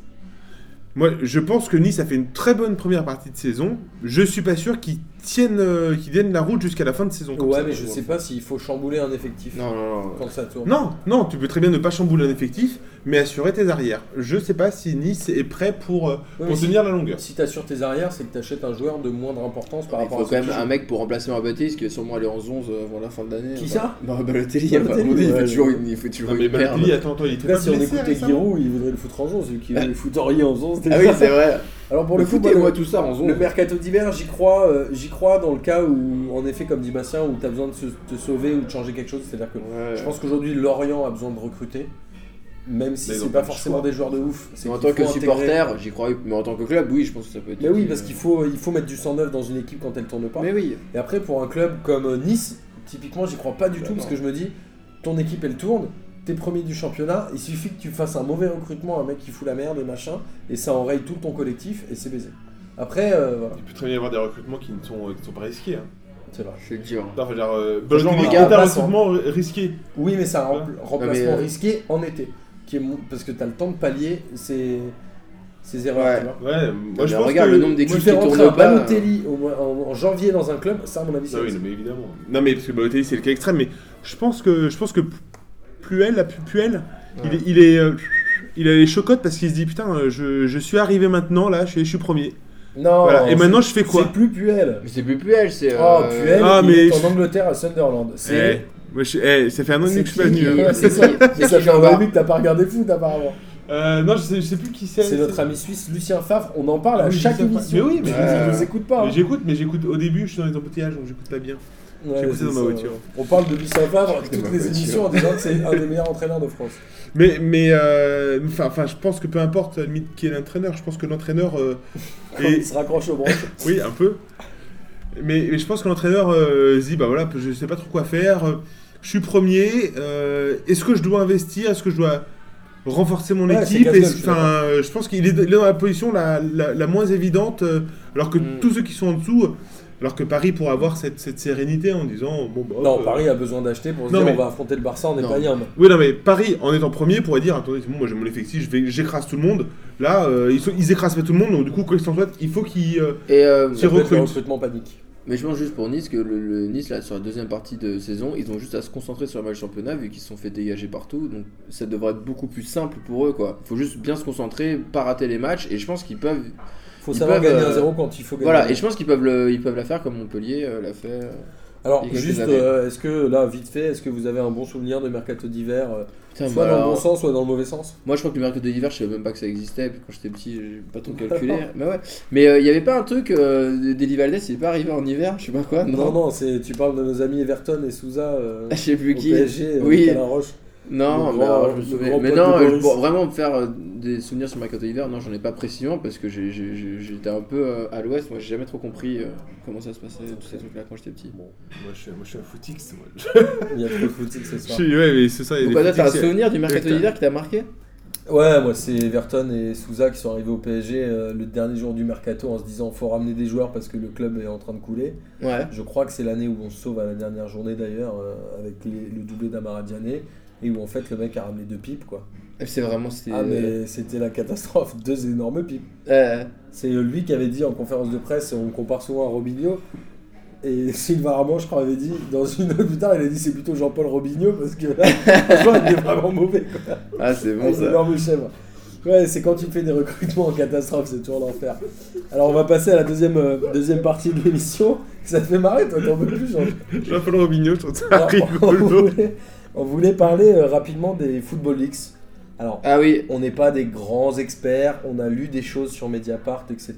C: Moi, je pense que Nice a fait une très bonne première partie de saison. Je suis pas sûr qu'ils tiennent, euh, qu'ils tiennent la route jusqu'à la fin de saison. comme
A: Ouais,
C: ça.
A: mais je sais pas s'il faut chambouler un effectif
B: Non, non, non.
A: quand ça tourne.
C: Non, non, tu peux très bien ne pas chambouler un effectif, mais assurer tes arrières. Je sais pas si Nice est prêt pour, euh,
A: Ouais, mais
C: pour
A: si-
C: tenir la longueur.
A: Si t'assures tes arrières, c'est que t'achètes un joueur de moindre importance par
B: Il
A: rapport
B: faut
A: à
B: quand même
A: ce
B: un mec pour remplacer Marabatis qui est sûrement allé en 11 avant la fin de l'année.
A: Qui
B: Bah-
A: ça
B: Bah, Balotelli,
A: Balotelli,
B: hein, Balotelli, il fait
A: ouais,
B: toujours
A: ouais.
B: une, il fait toujours
C: Non, Ah, mais bah,
B: une merde.
C: Balotelli, attends, toi, il
A: En tout
C: était
A: cas,
C: pas
A: si on
C: blessé
A: écoutait
C: récemment
A: Giroud, il voudrait le foutre en 11, vu qu'il veut le foutre Aurier en 11.
B: Ah oui, c'est vrai.
A: Alors pour
B: Pour le
A: le
B: foot,
A: coup,
B: et
A: moi,
B: moi
A: le-
B: tout ça en 11.
A: le mercato d'hiver, j'y crois, euh, j'y crois dans le cas où, en effet, comme dit Bastien, où t'as besoin de se- te sauver ou de changer quelque chose. C'est-à-dire que
B: Ouais.
A: je pense qu'aujourd'hui, Lorient a besoin de recruter, même si
C: Mais ils ont
A: c'est pas
C: pas le
A: forcément
C: choix.
A: des joueurs de ouf. C'est
B: Mais en
A: qu'il
B: tant que
A: faut intégrer-
B: supporter, j'y crois, mais en tant que club, oui, je pense que ça peut être.
A: Mais oui, parce qu'il faut, il faut mettre du sang neuf dans une équipe quand elle tourne pas.
B: Mais oui.
A: Et après, pour un club comme euh, Nice, typiquement, j'y crois pas du
B: Bah
A: tout, parce
B: non.
A: que je me dis, ton équipe, elle tourne, t'es premier du championnat, il suffit que tu fasses un mauvais recrutement, un mec qui fout la merde et machin, et ça enraye tout ton collectif, et c'est baisé. Après, euh, voilà,
C: Il peut très bien y avoir des recrutements qui ne sont, euh, qui sont pas risqués. hein.
A: c'est vrai.
B: C'est dur.
C: Non, enfin, genre, euh,
B: Genre,
C: Balotelli,
B: regarde,
C: est un
A: passe, hein.
C: recrutement ri- risqué.
A: Oui, mais c'est un rempl- remplacement
B: mais, euh,
A: risqué en été, qui est mon- parce que t'as le temps de pallier ces, ces erreurs.
B: Ouais.
A: tu vois.
C: Ouais, moi je
B: Mais
C: pense
B: regarde
C: que...
B: le nombre d'équipes
A: Tu
B: qui
A: fais rentrer
B: tournent
A: un
B: pas.
A: Balotelli au mois- en, en janvier dans un club, ça, à mon avis, c'est
C: Ah oui,
A: risqué.
C: non, mais évidemment. Non, mais parce que Balotelli, c'est le cas extrême, mais je pense que, je pense que Pluel, la Pu- Puel, il, est- il est... euh, il a les chocottes parce qu'il se dit putain euh, je, je suis arrivé maintenant là je suis, je suis premier
A: Non,
C: voilà. et
A: c'est-
C: maintenant je fais quoi
A: C'est plus Puel.
B: Mais c'est plus Puel, c'est.
A: Oh,
B: euh,
A: Puel,
C: Ah,
A: il est
C: mais-
A: en Angleterre à Sunderland. C'est.
C: Eh, moi, je- eh, ça fait un an et demi que je suis pas
A: qui
C: venu
A: Ouais,
C: hein.
A: c'est ça.
B: C'est
A: Mais ça
B: qui,
A: fait un
B: Jean-Bart
A: an et demi que t'as pas regardé foot apparemment.
C: Euh, non, je sais, je sais plus qui c'est.
A: C'est notre ami suisse Lucien Favre, on en parle
C: Ah
A: à
C: oui,
A: chaque
C: Lucien Favre.
A: émission.
C: Mais oui, mais
A: je
B: je-
A: vous écoute pas.
C: Mais
A: hein.
C: J'écoute, mais j'écoute au début, je suis dans les embouteillages donc j'écoute pas bien.
A: Ouais,
C: écouté
A: c'est
C: dans ma
A: ça,
C: voiture.
A: ouais. On parle de Lucien Favre
B: dans ma
A: toutes les
B: voiture.
A: émissions en disant que c'est un des meilleurs entraîneurs de France.
C: Mais, mais, euh, enfin, enfin, je pense que peu importe à la limite, qui est l'entraîneur, je pense que l'entraîneur euh,
A: Quand
C: est,
A: il se raccroche aux branches.
C: Oui, un peu. Mais, mais je pense que l'entraîneur euh, se dit bah voilà, je sais pas trop quoi faire. euh, Je suis premier. euh, Est-ce que je dois investir Est-ce que je dois renforcer mon
A: Ouais, c'est
C: équipe
A: casse-gueule,
C: Est-ce-
A: je suis
C: enfin, euh, je pense qu'il est, il est dans la position la, la- la moins évidente, euh, alors que
B: Mm.
C: tous ceux qui sont en dessous, euh, alors que Paris pourrait avoir cette, cette sérénité en disant bon bah. hop,
A: Non,
C: euh,
A: Paris a besoin d'acheter pour se
C: Non,
A: dire
C: mais-
A: on va affronter le Barça, on n'est
B: Non.
A: pas yam.
C: Oui, non, mais Paris, en étant premier, pourrait dire attendez, c'est bon, moi j'ai mon effectif, je vais- j'écrase tout le monde. Là, euh, ils, sont- ils écrasent pas tout le monde, donc du coup, quoi qu'il en soit, il faut qu'ils. euh,
B: Et euh,
A: Ça
C: Qui
A: peut être
C: recrute.
A: le recrutement panique.
B: Mais je pense juste pour Nice que le, le Nice là sur la deuxième partie de saison, ils ont juste à se concentrer sur le match championnat vu qu'ils se sont fait dégager partout, donc ça devrait être beaucoup plus simple pour eux quoi. Faut juste bien se concentrer, pas rater les matchs, et je pense qu'ils peuvent,
A: Faut
B: Ils
A: savoir
B: peuvent,
A: gagner
B: euh,
A: un 0 quand il faut gagner.
B: voilà, et je pense qu'ils peuvent le, ils peuvent la faire comme Montpellier euh, l'a fait. euh.
A: Alors,
B: il y a quelques
A: juste,
B: années.
A: euh, est-ce que là, vite fait, est-ce que vous avez un bon souvenir de mercato d'hiver euh,
B: Putain,
A: Soit
B: bah,
A: dans le
B: alors,
A: bon sens, soit dans le mauvais sens
B: Moi je crois que le mercato d'hiver, je savais même pas que ça existait, puis quand j'étais petit, j'ai pas trop calculé. mais ouais, mais euh, il y avait pas un truc, euh, Deli Valdez, il est pas arrivé en hiver, je sais pas quoi, Ah, non,
A: Non, non, c'est tu parles de nos amis Everton et Souza euh,
B: je sais plus
A: au
B: qui.
A: PSG,
B: Oui.
A: oui. Alain Roche. euh,
B: Non,
A: Le grand-
B: mais, alors, je me
A: le
B: souviens-
A: grand
B: mais
A: pote
B: non,
A: de
B: euh,
A: Boris.
B: pour vraiment me faire euh, des souvenirs sur Mercato d'hiver, non, j'en ai pas précisément parce que j'ai- j'ai- j'ai- j'étais un peu euh, à l'ouest. Moi, j'ai jamais trop compris euh, comment ça se passait, tous ces trucs-là quand j'étais petit.
C: moi, je suis, moi je suis un footix. moi.
A: Il y a trop de footix ce soir.
C: Si, ouais, mais c'est ça. il y a
B: Donc, quoi,
C: des
B: toi, t'as un
C: critiques,
B: souvenir du Mercato
C: Putain.
B: d'hiver qui t'a marqué
A: Ouais, moi c'est Everton et Souza qui sont arrivés au PSG euh, le dernier jour du mercato en se disant faut ramener des joueurs parce que le club est en train de couler.
B: Ouais.
A: Je crois que c'est l'année où on se sauve à la dernière journée d'ailleurs euh, avec les- le doublé d'Amara Diané et où en fait le mec a ramené deux pipes quoi.
B: C'est vraiment. c'était-
A: Ah mais c'était la catastrophe, deux énormes pipes.
B: Euh,
A: C'est lui qui avait dit en conférence de presse, on compare souvent à Robinho. Et Sylvain Armand, je crois, avait dit, dans une autre plus tard, il a dit c'est plutôt Jean-Paul Robinho parce que franchement, il est vraiment mauvais. Quoi.
B: Ah, c'est bon
A: Avec une
B: ça.
A: énorme chèvre. Ouais, c'est quand tu fais des recrutements en catastrophe, c'est toujours l'enfer. Alors, on va passer à la deuxième, euh, deuxième partie de l'émission. Ça te fait marrer, toi, t'en veux plus, Jean.
C: euh, Jean-Paul Robinho, je trouve ça
A: Alors, on,
C: rigolo.
A: voulait, on voulait parler euh, rapidement des Football Leaks. Alors,
B: Ah oui.
A: on n'est pas des grands experts, on a lu des choses sur Mediapart, etc.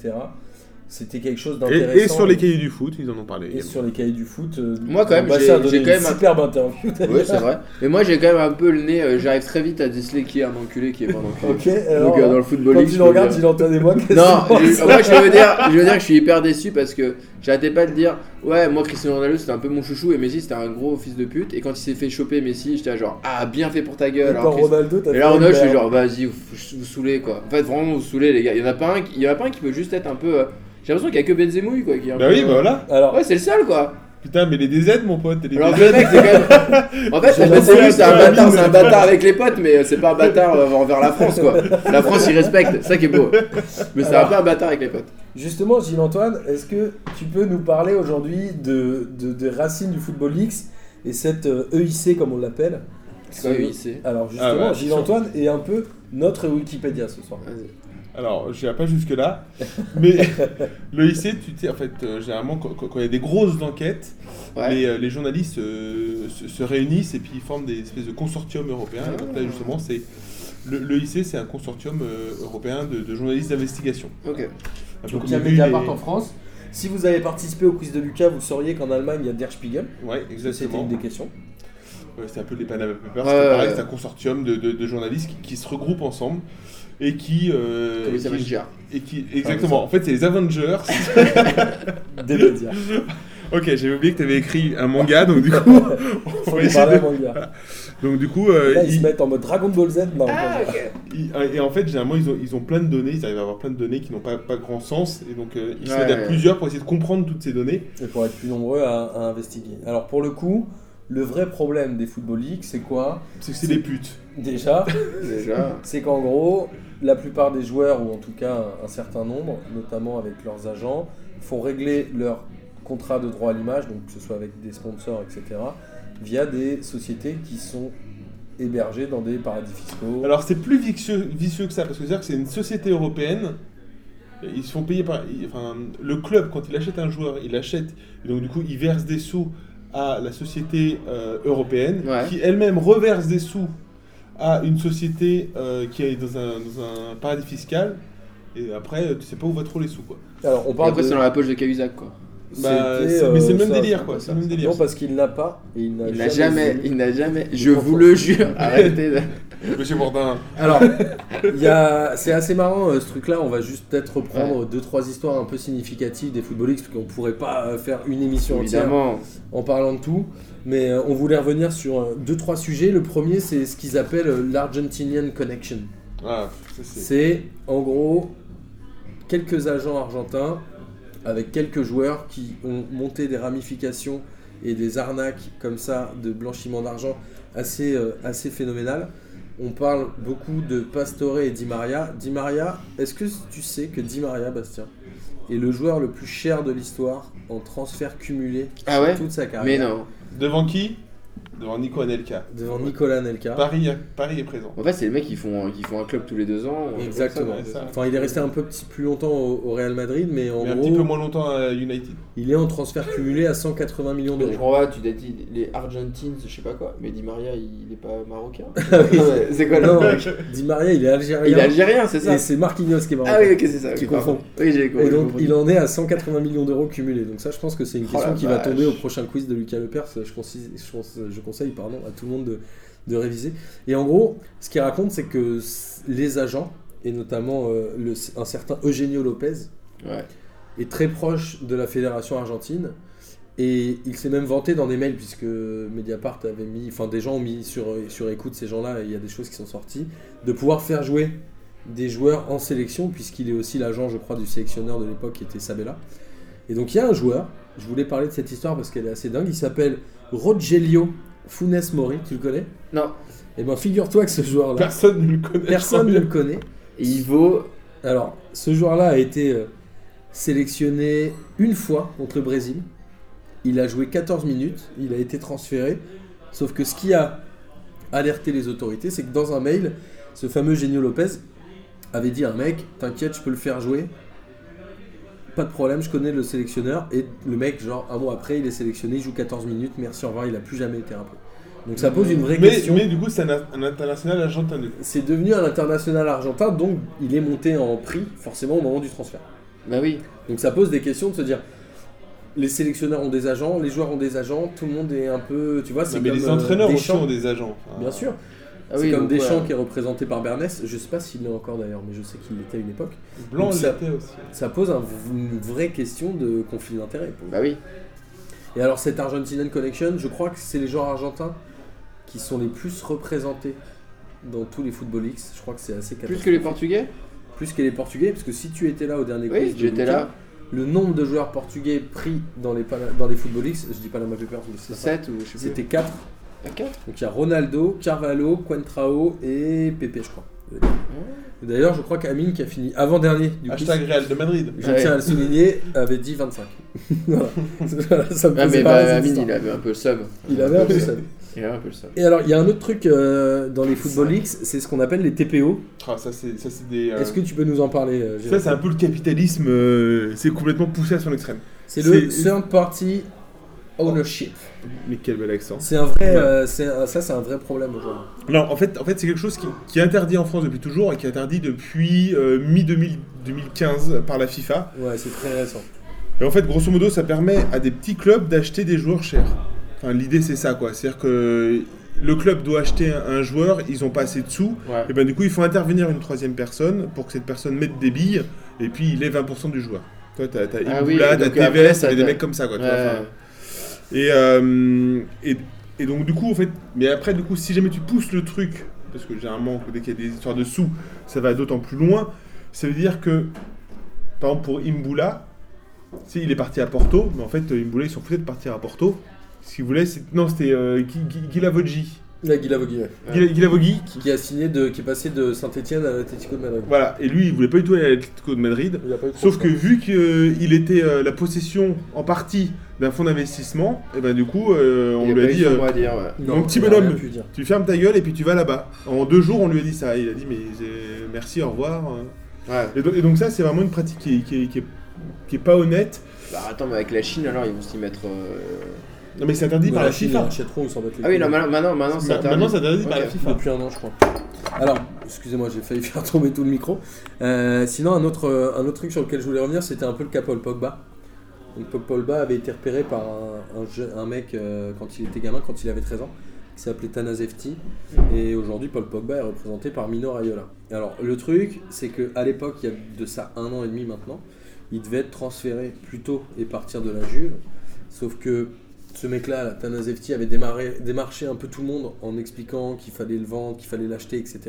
A: C'était quelque chose
C: Et,
A: d'intéressant.
C: et sur les cahiers du foot, ils en ont parlé.
A: Et
C: également.
A: sur les cahiers du foot. euh,
B: Moi, quand même,
A: Bassa
B: j'ai-
A: a donné
B: j'ai quand
A: une
B: même un-
A: superbe interview.
B: Oui, c'est vrai. Mais moi, j'ai quand même un peu le nez. euh, J'arrive très vite à déceler qui est un enculé, qui est pas un enculé.
A: Ok, alors,
B: Donc, euh, dans le football,
A: quand
B: league,
A: tu
B: je
A: le
B: peux
A: regardes,
B: dire-
A: il entend des voix. qu'est-ce
B: Non,
A: que
B: je-
A: c'est
B: moi je veux dire, je veux dire que je suis hyper déçu parce que j'arrêtais pas de dire ouais moi Cristiano Ronaldo c'était un peu mon chouchou et Messi c'était un gros fils de pute et quand il s'est fait choper Messi j'étais là genre ah bien fait pour ta gueule.
A: Attends,
B: alors, Christ-
A: Ronaldo, t'as
B: Et
A: fait
B: là Ronaldo
A: une
B: j'étais
A: merde.
B: genre vas-y vous, vous saoulez quoi. En fait vraiment vous saoulez les gars. Il y en a pas un qui, il y en a pas un qui peut juste être un peu. euh, J'ai l'impression qu'il y a que Benzemouille quoi. Qui est un
C: Bah
B: peu,
C: oui,
B: euh,
C: bah voilà.
A: Alors,
B: Ouais c'est le seul quoi.
C: Putain, mais les DZ, mon pote, t'es des
B: Alors
C: DZ.
B: que le mec c'est quand même. En fait
A: J'ai
B: Benzemouille c'est un
C: l'impression
B: bâtard
C: que-
B: c'est un bâtard avec les potes mais euh, c'est pas un bâtard euh, envers la France quoi. La France il respecte c'est ça qui est beau. Mais c'est un peu un bâtard avec les potes.
A: Justement, Gilles-Antoine, est-ce que tu peux nous parler aujourd'hui de, de- des racines du Football X et cette euh, EIC, comme on l'appelle
B: C'est
A: E
B: quoi, oui, c'est-
A: Alors, justement,
C: Ah bah,
A: Gilles-Antoine est un peu notre Wikipédia ce soir.
C: Alors, je n'irai pas jusque-là, mais le lycée, tu sais, en fait, euh, généralement, quand quand- quand il y a des grosses enquêtes,
B: Ouais.
C: les, euh, les journalistes euh, se, se réunissent et puis ils forment des espèces de consortiums européens. Et donc là, justement, c'est. Le, le lycée, c'est un consortium euh, européen de, de journalistes d'investigation.
B: Ok.
C: Un peu
A: Donc,
C: comme
A: il y a
C: il y a eu
A: Mediapart
C: les-
A: en France. Si vous avez participé au quiz de Lucas, vous sauriez qu'en Allemagne, il y a Der Spiegel.
C: Ouais,
A: C'était
C: exactement.
A: une des questions.
C: Ouais, c'est un peu les Panama Papers.
B: Ouais,
C: c'est
B: ouais,
C: pareil,
B: ouais. Ah,
C: c'est un consortium de, de- de journalistes qui, qui se regroupent ensemble et qui. euh,
B: Comme il s'appelle
C: qui-
B: Gérard.
C: et qui- exactement. En fait, c'est les Avengers.
A: Des médias.
C: ok, j'avais oublié que tu avais écrit un manga, donc du coup. on
A: Faut
C: va
A: les
C: essayer
A: parler
C: de-
A: avant hier.
C: Donc du coup, euh,
A: Là, ils se
C: ils-
A: mettent en mode Dragon Ball Z. Non, pas-
C: ils- et en fait, généralement, ils ont, ils ont plein de données, ils arrivent à avoir plein de données qui n'ont pas, pas grand sens, et donc euh, ils se
B: Ouais,
C: mettent à
B: ouais.
C: plusieurs pour essayer de comprendre toutes ces données.
A: et pour être plus nombreux à, à investiguer. Alors, pour le coup, le vrai problème des Football League, c'est quoi
C: C'est que c'est
A: C'est-
C: des putes.
A: Déjà,
B: Déjà.
A: c'est qu'en gros, la plupart des joueurs, ou en tout cas un, un certain nombre, notamment avec leurs agents, font régler leur contrat de droit à l'image, donc que ce soit avec des sponsors, etc., via des sociétés qui sont hébergées dans des paradis fiscaux.
C: Alors c'est plus vicieux, vicieux que ça, parce que c'est-à-dire que c'est une société européenne. et Ils se font payer par. ils- Enfin, le club, quand il achète un joueur, il l'achète. Et donc, du coup, il verse des sous à la société euh, européenne,
B: Ouais.
C: qui elle-même reverse des sous à une société euh, qui est dans un, dans un paradis fiscal. Et après, tu sais pas où va trop les sous, quoi.
A: Alors, on
B: Et
A: parle
B: après,
A: de-
B: c'est dans la poche de Cahuzac, quoi.
C: Bah,
A: c'était,
C: c'est- mais c'est le
A: euh,
C: même
A: ça,
C: délire,
B: ça, ça,
C: quoi. C'est le même
B: ça.
C: délire.
A: Non, parce qu'il n'a pas, et il n'a
B: Il n'a jamais,
A: voulu.
B: il n'a jamais, je vous le jure, arrêtez. de-
C: Monsieur Bourdin.
A: Alors, il y a- c'est assez marrant euh, ce truc-là. On va juste peut-être reprendre deux trois histoires un peu significatives des football Leagues, parce qu'on pourrait pas euh, faire une émission entière
B: Évidemment.
A: en parlant de tout. Mais euh, on voulait revenir sur euh, deux trois sujets. Le premier, c'est ce qu'ils appellent euh, l'Argentinian Connection.
C: Ah, ça, c'est-
A: C'est en gros quelques agents argentins avec quelques joueurs qui ont monté des ramifications et des arnaques comme ça de blanchiment d'argent assez, euh, assez phénoménales. On parle beaucoup de Pastore et Di Maria. Di Maria, est-ce que tu sais que Di Maria, Bastien, est le joueur le plus cher de l'histoire en transfert cumulé
B: Ah ouais
A: toute sa
B: Mais
A: carrière
B: non.
C: Devant qui Devant Nico Anelka.
A: devant Nicolas Nelka
C: Paris, Paris est présent.
B: En fait, c'est les mecs qui font, qui font un club tous les deux ans. ou un truc
A: Exactement.
B: comme ça, ouais.
A: Enfin, il est resté un peu petit, plus longtemps au, au Real Madrid, mais en
C: Mais un
A: gros,
C: petit peu moins longtemps à United.
A: Il est en transfert cumulé à 180 millions
B: Mais Je
A: d'euros.
B: crois pas, tu t'as dit les Argentines, je sais pas quoi. Mais Di Maria, il est pas marocain.
A: Ah oui.
B: Ouais, c'est quoi le
A: Non,
B: mec
A: Di Maria, il est algérien.
B: Il est algérien, c'est ça
A: et c'est Marquinhos qui est marocain.
B: Ah oui, ok, c'est ça.
A: Tu
B: ok, pardon.
A: confonds.
B: Oui, j'ai compris.
A: Et donc,
B: j'ai
A: il
B: compris.
A: en est à 180 millions d'euros cumulés. Donc ça, je pense que c'est une
B: Oh
A: question
B: la
A: qui va
B: vache.
A: tomber au prochain quiz de Lucas Lepers. Je conseille, je conseille, je conseille, pardon, à tout le monde de, de réviser. Et en gros, ce qu'il raconte, c'est que s- les agents, et notamment euh, le- un certain Eugenio Lopez,
B: Ouais.
A: est très proche de la fédération argentine. Et il s'est même vanté dans des mails, puisque Mediapart avait mis, enfin des gens ont mis sur, sur écoute ces gens-là, et il y a des choses qui sont sorties, de pouvoir faire jouer des joueurs en sélection, puisqu'il est aussi l'agent, je crois, du sélectionneur de l'époque qui était Sabella. Et donc il y a un joueur, je voulais parler de cette histoire parce qu'elle est assez dingue, il s'appelle Rogelio Funes Mori, tu le connais
B: Non.
A: Et ben figure-toi que ce joueur-là,
C: Personne ne le connaît.
A: personne ne le connaît.
B: Et il vaut.
A: Alors, ce joueur-là a été euh, sélectionné une fois contre le Brésil. Il a joué 14 minutes, il a été transféré. Sauf que ce qui a alerté les autorités, c'est que dans un mail, ce fameux Genio Lopez avait dit à un mec T'inquiète, je peux le faire jouer. Pas de problème, je connais le sélectionneur. Et le mec, genre, un mois après, il est sélectionné, il joue 14 minutes, merci, au revoir, il a plus jamais été rappelé. Donc ça pose une vraie
C: Mais,
A: question.
C: mais du coup, c'est un, un international argentin. du coup.
A: C'est devenu un international argentin, donc il est monté en prix, forcément, au moment du transfert.
B: Bah oui.
A: Donc ça pose des questions de se dire les sélectionneurs ont des agents, les joueurs ont des agents, tout le monde est un peu. Tu vois, c'est
E: Non, mais
A: comme,
E: les
A: euh,
E: entraîneurs aussi
A: Deschamps.
E: ont des agents. Enfin,
A: Bien sûr,
B: Ah
A: c'est
B: oui,
A: comme
B: donc,
A: Deschamps
B: ouais.
A: qui est représenté par Bernès. Je sais pas s'il l'est encore d'ailleurs, mais je sais qu'il l'était à une époque.
E: Blanc
A: Donc, ça-
E: l'était aussi.
A: Ça pose un v- une vraie question de conflit d'intérêt. pour le
B: Bah oui.
A: Et alors cette Argentinian Connection, je crois que c'est les joueurs argentins qui sont les plus représentés dans tous les Football Leagues. Je crois que c'est assez
B: Plus
A: catastrophique.
B: que les Portugais
A: Plus que les Portugais, parce que si tu étais là au dernier quiz
B: Oui,
A: de
B: j'étais
A: Lucas,
B: là.
A: le nombre de joueurs portugais pris dans les, pala- dans les Football Leagues, je dis pas la ma peur, mais c'est ça.
B: 7 ou je sais plus.
A: C'était 4.
B: Ah, quatre
A: Donc il y a Ronaldo, Carvalho, Quentrao et Pepe, je crois. D'ailleurs, je crois qu'Amine, qui a fini avant-dernier du quiz,
E: Hashtag Real de Madrid.
A: je
B: Ouais.
A: tiens à le souligner, avait dit 25. voilà. ça me
B: Ah,
A: faisait
B: mais
A: marrer,
B: bah,
A: cette
B: Amine,
A: histoire.
B: il avait un peu le seum.
A: il avait un peu ça.
B: Il avait un peu le seum.
A: Et alors, il y a un autre truc euh, dans les Football Leagues, c'est ce qu'on appelle les TPO.
E: Ah, ça, c'est ça, c'est des. euh,
A: Est-ce que tu peux nous en parler euh,
E: Ça,
A: Jérôme
E: c'est un peu le capitalisme. euh, c'est complètement poussé à son extrême.
A: C'est le
E: c'est-
A: Third Party Ownership.
B: Oh.
E: Mais quel bel accent.
A: C'est un vrai, euh, c'est un- ça, c'est un vrai problème aujourd'hui.
E: Non, en fait, en fait c'est quelque chose qui, qui est interdit en France depuis toujours et qui est interdit depuis euh, mi-2015 par la FIFA.
A: Ouais, c'est très récent.
E: Et en fait, grosso modo, ça permet à des petits clubs d'acheter des joueurs chers. Enfin, l'idée, c'est ça, quoi. C'est-à-dire que le club doit acheter un, un joueur, ils ont pas assez de sous.
B: Ouais.
E: Et ben du coup, il faut intervenir une troisième personne pour que cette personne mette des billes et puis il est 20% du joueur. Toi, t'as t'as
B: Ah oui,
E: Iboula, t'as
B: donc après,
E: TVS,
B: ça
E: t'as des
B: t'a-
E: mecs comme ça, quoi. tu vois, enfin.
B: Ouais.
E: Et, euh, et, et donc du coup en fait, mais après du coup si jamais tu pousses le truc, parce que généralement dès qu'il y a des histoires de sous, ça va d'autant plus loin, ça veut dire que par exemple pour Imboula, si il est parti à Porto, mais en fait euh, Imboula ils sont foutus de partir à Porto. Ce qu'ils voulaient, c'est. Non, c'était euh, Gui- Gui- Guilavoggi.
A: Là, Guilavogui, ouais.
E: Guila- Guilavoggi,
A: qui, qui a signé de, qui est passé de Saint-Etienne à l'Atlético de Madrid.
E: voilà. Et lui, il voulait pas du tout aller à l'Atlético de Madrid.
A: Il a pas eu trop
E: Sauf
A: de
E: que
A: temps.
E: vu qu'il était euh, la possession en partie d'un fonds d'investissement, et ben du coup, euh, on
B: Il
E: lui a
B: pas eu
E: dit.
B: son
E: euh,
B: mot à dire, ouais.
A: Non,
E: mon petit
A: il a rien
E: bonhomme.
A: pu dire.
E: Tu fermes ta gueule et puis tu vas là-bas. En deux jours, on lui a dit ça. Il a dit, mais euh, merci, au revoir.
B: Ouais.
E: Et donc, et donc ça, c'est vraiment une pratique qui est, qui est- qui est- qui est pas honnête.
B: Bah attends, mais avec la Chine alors ils vont s'y mettre. euh,
E: Non, mais c'est interdit
A: Ou
E: par
A: la
E: la
A: Chine, hein.
E: FIFA.
A: ils achèteront, ils s'en battent les
B: Ah oui,
A: couilles.
B: non, maintenant, maintenant, maintenant c'est
E: Ma-
B: interdit.
E: Maintenant, c'est interdit par
B: Ok.
E: la FIFA.
A: Depuis un an, je crois. Alors, excusez-moi, j'ai failli faire tomber tout le micro. Euh, sinon, un autre, euh, un autre truc sur lequel je voulais revenir, c'était un peu le cas Paul Pogba. Donc, Paul Pogba avait été repéré par un, un je- un mec euh, quand il était gamin, quand il avait 13 ans, qui s'appelait Tanazefti. Et aujourd'hui, Paul Pogba est représenté par Mino Raiola. Et alors, le truc, c'est qu'à l'époque, il y a de ça un an et demi maintenant, il devait être transféré plus tôt et partir de la Juve. Sauf que ce mec-là, là, Tanazefti, avait démarré, démarché un peu tout le monde en expliquant qu'il fallait le vendre, qu'il fallait l'acheter, etc.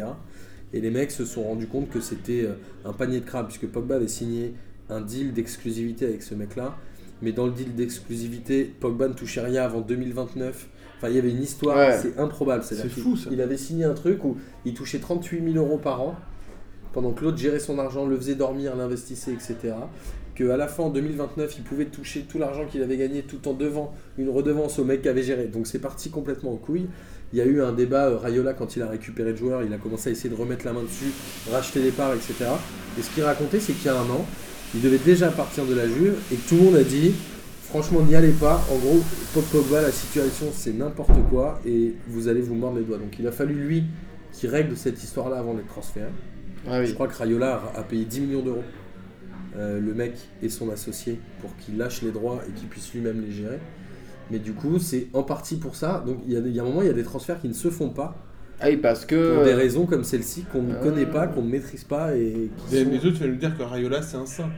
A: Et les mecs se sont rendus compte que c'était euh, un panier de crabes, puisque Pogba avait signé un deal d'exclusivité avec ce mec-là. Mais dans le deal d'exclusivité, Pogba ne touchait rien avant 2029. Enfin, il y avait une histoire,
B: Ouais.
A: c'est improbable. C'est-à-dire
E: C'est
A: qu'il-
E: fou, ça.
A: Il avait signé un truc où il touchait 38 000 euros par an, pendant que l'autre gérait son argent, le faisait dormir, l'investissait, etc. Que à la fin, en 2029, il pouvait toucher tout l'argent qu'il avait gagné tout en devant une redevance au mec qui avait géré. Donc c'est parti complètement en couille. Il y a eu un débat, euh, Raiola, quand il a récupéré le joueur, il a commencé à essayer de remettre la main dessus, racheter les parts, etc. Et ce qu'il racontait, c'est qu'il y a un an, il devait déjà partir de la Juve et que tout le monde a dit franchement, n'y allez pas. En gros, Pop Pogba, la situation, c'est n'importe quoi et vous allez vous mordre les doigts. Donc il a fallu lui qui règle cette histoire-là avant d'être transféré.
B: Ah
A: Je
B: oui.
A: crois que Rayola a a payé 10 millions d'euros, euh, le mec et son associé, pour qu'il lâche les droits et qu'il puisse lui-même les gérer. Mais du coup, c'est en partie pour ça. Donc, il y, a des- il y a un moment, il y a des transferts qui ne se font pas
B: Ah oui, parce que.
A: pour des raisons comme celle-ci qu'on ne
B: Ah.
A: connaît pas, qu'on ne maîtrise pas et qui
E: Mais
A: sont-
E: mais toi, tu vas nous dire que Rayola, c'est un saint.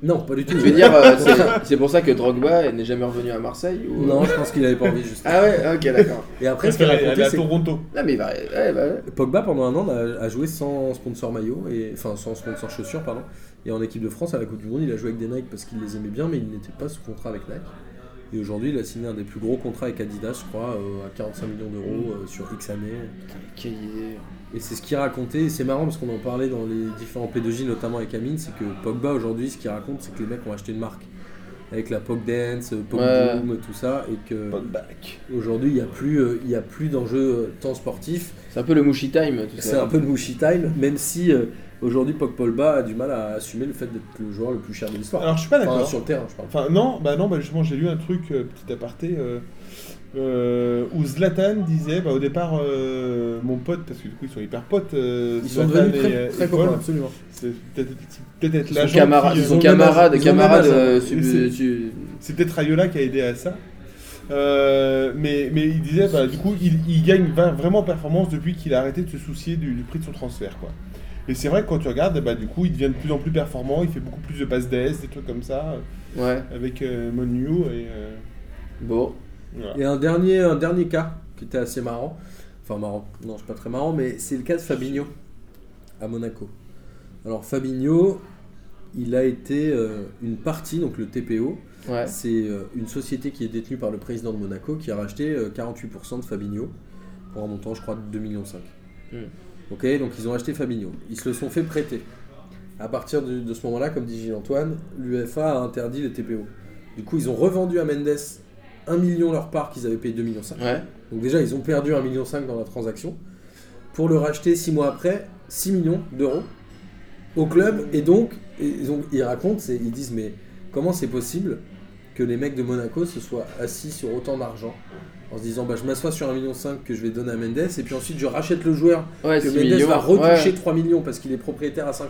A: Non, pas du tout.
B: Je veux dire, euh, c'est- c'est pour ça que Drogba elle n'est jamais revenu à Marseille ou... euh
A: non, je pense qu'il avait pas envie juste.
B: Ah ouais, ok, d'accord.
A: Et après, ce
E: Parce
A: qu'il
E: qu'elle est
A: a
E: elle est
A: raconté,
E: à
A: c'est
E: Toronto.
B: Non, mais il va. Ouais, bah, ouais.
A: que Pogba pendant un an a, a joué sans sponsor maillot et enfin sans sponsor chaussures, pardon. Et en équipe de France à la Coupe du Monde, il a joué avec des Nike parce qu'il les aimait bien, mais il n'était pas sous contrat avec Nike. Et aujourd'hui, il a signé un des plus gros contrats avec Adidas, je crois, euh, à 45 millions d'euros euh, sur X années.
B: Quelle idée.
A: Et c'est ce qu'il racontait, et c'est marrant parce qu'on en parlait dans les différents P2J, notamment avec Amine, c'est que Pogba aujourd'hui, ce qu'il raconte, c'est que les mecs ont acheté une marque. Avec la Pogdance, Pogboom, tout ça, et que
E: Pogback.
A: aujourd'hui il n'y a plus, euh, il y a plus d'enjeu euh, tant sportif.
B: C'est un peu le Mushi Time, tout
A: C'est
B: ça.
A: un peu le Mushi Time, même si euh, aujourd'hui Pogba a du mal à assumer le fait d'être le joueur le plus cher de l'histoire.
E: Alors, je suis pas
A: Enfin,
E: d'accord.
A: sur le terrain, je parle.
E: Enfin, non, bah non, bah justement, j'ai lu un truc, euh, petit aparté, euh, euh, où Zlatan disait bah, au départ, euh, mon pote, parce que du coup ils sont hyper potes, euh,
A: Ils sont
E: Zlatan
A: devenus
E: et,
A: très,
E: et
A: très
E: Paul.
A: copains, absolument.
E: C'est peut-être peut-être être
B: Son
E: euh, l'agent.
B: camarade,
E: qui-
A: ils ont
B: son
A: le même
B: camarade,
A: âge, ils ont le même
B: camarade,
A: âge, hein.
B: euh,
E: Et
B: sub-
E: c'est-
B: tu-
E: C'est peut-être Ayola qui a aidé à ça. Euh, mais, mais il disait, bah, du coup, il, il gagne va- vraiment en performance depuis qu'il a arrêté de se soucier du, du prix de son transfert. Quoi. Et c'est vrai que quand tu regardes, bah, du coup, il devient de plus en plus performant, il fait beaucoup plus de passes d'Est, des trucs comme ça, euh,
B: Ouais,
E: avec euh, Monu. Et, euh,
B: bon.
E: voilà.
A: Et un dernier, un dernier cas qui était assez marrant, enfin marrant, non c'est pas très marrant, mais c'est le cas de Fabinho à Monaco. Alors Fabinho, il a été euh, une partie, donc le TPO,
B: Ouais.
A: c'est euh, une société qui est détenue par le président de Monaco qui a racheté euh, 48% de Fabinho pour un montant je crois de 2,5 millions.
B: Mm.
A: Ok, donc ils ont acheté Fabinho, ils se le sont fait prêter. À partir de, de ce moment-là, comme dit Gilles-Antoine, l'UFA a interdit les TPO. Du coup, ils ont revendu à Mendes 1 million leur part qu'ils avaient payé 2,5 millions.
B: Ouais.
A: Donc déjà, ils ont perdu 1,5 million dans la transaction pour le racheter 6 mois après 6 millions d'euros au club. Et donc, ils, ont- ils racontent, c'est- ils disent mais comment c'est possible que les mecs de Monaco se soient assis sur autant d'argent en se disant bah, je m'assois sur 1,5 million que je vais donner à Mendes et puis ensuite je rachète le joueur
B: Ouais,
A: que
B: 6
A: Mendes
B: millions.
A: va retoucher
B: Ouais.
A: 3 millions parce qu'il est propriétaire à 50%.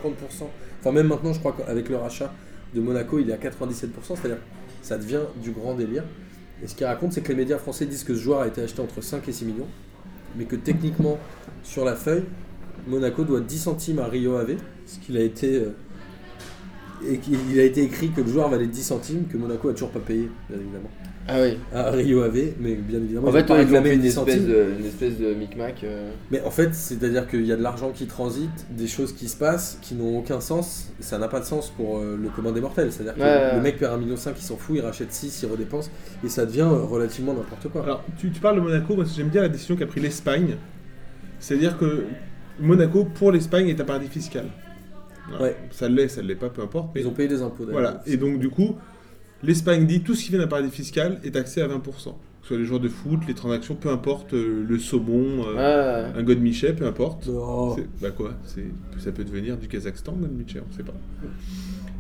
A: Enfin même maintenant je crois qu'avec le rachat de Monaco il est à 97%, c'est-à-dire que ça devient du grand délire. Et ce qu'il raconte c'est que les médias français disent que ce joueur a été acheté entre 5 et 6 millions, mais que techniquement sur la feuille, Monaco doit 10 centimes à Rio Ave, ce qu'il a été... euh, et qu'il a été écrit que le joueur valait 10 centimes, que Monaco a toujours pas payé, bien évidemment.
B: Ah oui.
A: À Rio Ave, mais bien évidemment,
B: En
A: ils ont
B: fait,
A: pas
B: on a
A: réclamé
B: fait une
A: 10
B: espèce
A: centimes.
B: de, une espèce de micmac. euh.
A: Mais en fait, c'est-à-dire qu'il y a de l'argent qui transite, des choses qui se passent, qui n'ont aucun sens. Ça n'a pas de sens pour euh, le commun des mortels. C'est-à-dire que
B: Ouais, ouais,
A: le
B: ouais.
A: mec perd 1,5 million, il s'en fout, il rachète 6, il redépense, et ça devient euh, relativement n'importe quoi.
E: Alors, tu, tu parles de Monaco, parce que j'aime bien la décision qu'a pris l'Espagne. C'est-à-dire que Monaco, pour l'Espagne, est un paradis fiscal. Voilà.
A: Ouais.
E: Ça l'est, ça ne l'est pas, peu importe. mais-
A: Ils ont payé des impôts d'ailleurs.
E: Voilà, et donc du coup, l'Espagne dit tout ce qui vient d'un paradis fiscal est taxé à 20%. Que ce soit les joueurs de foot, les transactions, peu importe, euh, le saumon, euh,
B: Ouais.
E: un Godmichet, peu importe.
A: Oh.
E: C'est- Bah quoi c'est- Ça peut devenir du Kazakhstan, Godmichet, on sait pas.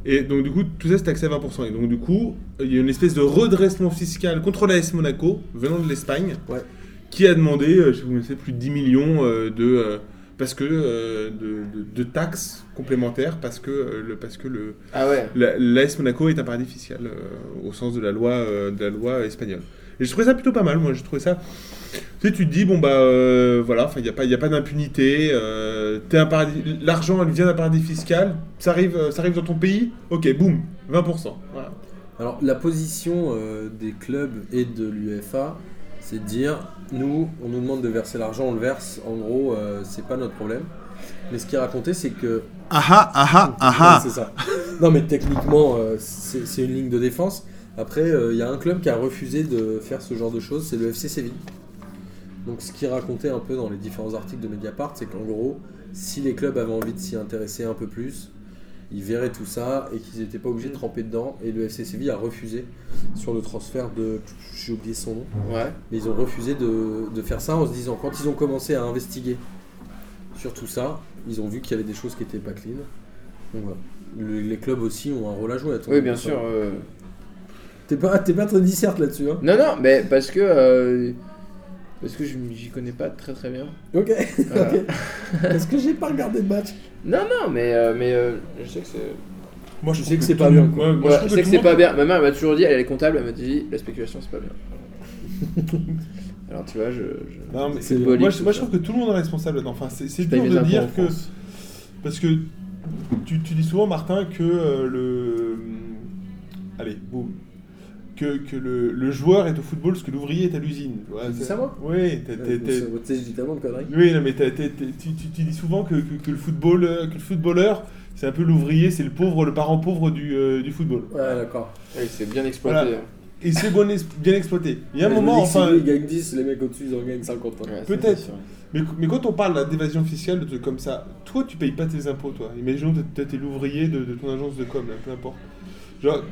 E: Et donc du coup, tout ça c'est taxé à 20%. Et donc du coup, il y a une espèce de redressement fiscal contre l'AS Monaco, venant de l'Espagne,
A: Ouais.
E: qui a demandé, euh, si vous connaissez, plus de 10 millions euh, de... euh, parce que euh, de, de- de taxes complémentaires, parce que, euh, le, parce que le,
B: Ah ouais.
E: la- L'AS Monaco est un paradis fiscal euh, au sens de la loi euh, de la loi espagnole. Et je trouvais ça plutôt pas mal. Moi, je trouvais ça. Tu sais, tu te dis bon bah euh, voilà, enfin il y a pas il y a pas d'impunité. euh, t'es un paradis. L'argent elle vient d'un paradis fiscal. Ça arrive euh, ça arrive dans ton pays. Ok, boum, 20%. Voilà.
A: Alors, la position euh, des clubs et de l'UEFA, c'est de dire nous, on nous demande de verser l'argent, on le verse. En gros, euh, c'est pas notre problème. Mais ce qui est raconté, c'est que
F: Aha, aha, aha.
A: Ouais, c'est ça. Non, mais techniquement, euh, c'est c'est une ligne de défense. Après, euh, il y a un club qui a refusé de faire ce genre de choses, c'est le FC Séville. Donc, ce qui racontait un peu dans les différents articles de Mediapart, c'est qu'en gros, si les clubs avaient envie de s'y intéresser un peu plus, ils verraient tout ça et qu'ils n'étaient pas obligés de tremper dedans. Et le FC Séville a refusé sur le transfert de. J'ai oublié son nom.
B: Ouais.
A: Mais ils ont refusé de, de faire ça en se disant, quand ils ont commencé à investiguer sur tout ça, ils ont vu qu'il y avait des choses qui étaient pas clean. Donc voilà. Le- les clubs aussi ont un rôle à jouer. attends.
B: Oui, bien sûr. euh.
A: T'es pas, t'es pas très disserte là-dessus. Hein
B: Non, non, mais parce que. euh, Parce que je m- j'y connais pas très très bien.
A: ok.
B: Voilà.
A: Ok. Parce que j'ai pas regardé de match.
B: Non, non, mais, euh, mais euh, je sais que c'est.
E: Moi
A: je sais que c'est pas bien, quoi.
B: Voilà, je sais que c'est pas bien. Ma mère elle m'a toujours dit, elle est comptable, elle m'a dit la spéculation c'est pas bien. Alors tu vois, je. je-
A: C'est
E: moi,
B: bolique,
E: je, moi, je
B: tout
E: trouve que tout le monde est responsable là-dedans. Enfin, c'est c'est
B: Je paye
E: dur
B: mes
E: de
B: impôts
E: dire
B: en
E: que.
B: France.
E: Parce que tu, tu dis souvent, Martin, que euh, le. Allez, boum. Que, que le, le joueur est au football ce que l'ouvrier est à l'usine. Ouais,
A: J'ai dit
E: t'as-
A: ça, moi
E: Oui, t'as-
A: Tu
E: t'as- t'as-
A: sais, je dis tellement de conneries.
E: oui, non, mais t'as- t'as- t'as- tu, tu- tu dis souvent que, que- que le football, euh, que le footballeur, c'est un peu l'ouvrier, c'est le pauvre, le parent pauvre du, euh, du football.
A: Ouais, d'accord.
B: Ouais, c'est bien exploité.
E: Et c'est bon es- bien exploité. Il y a un
A: Mais je
E: moment,
A: me dis que si
E: enfin.
A: eux, ils gagnent 10, les mecs au-dessus, ils en gagnent 50. hein.
B: Ouais, ça,
E: Peut-être.
B: c'est sûr.
E: Mais, mais quand on parle là, d'évasion fiscale, de trucs comme ça, toi tu payes pas tes impôts, toi. Imaginons que t'es- t'es l'ouvrier de, de ton agence de com, là, peu importe. Genre,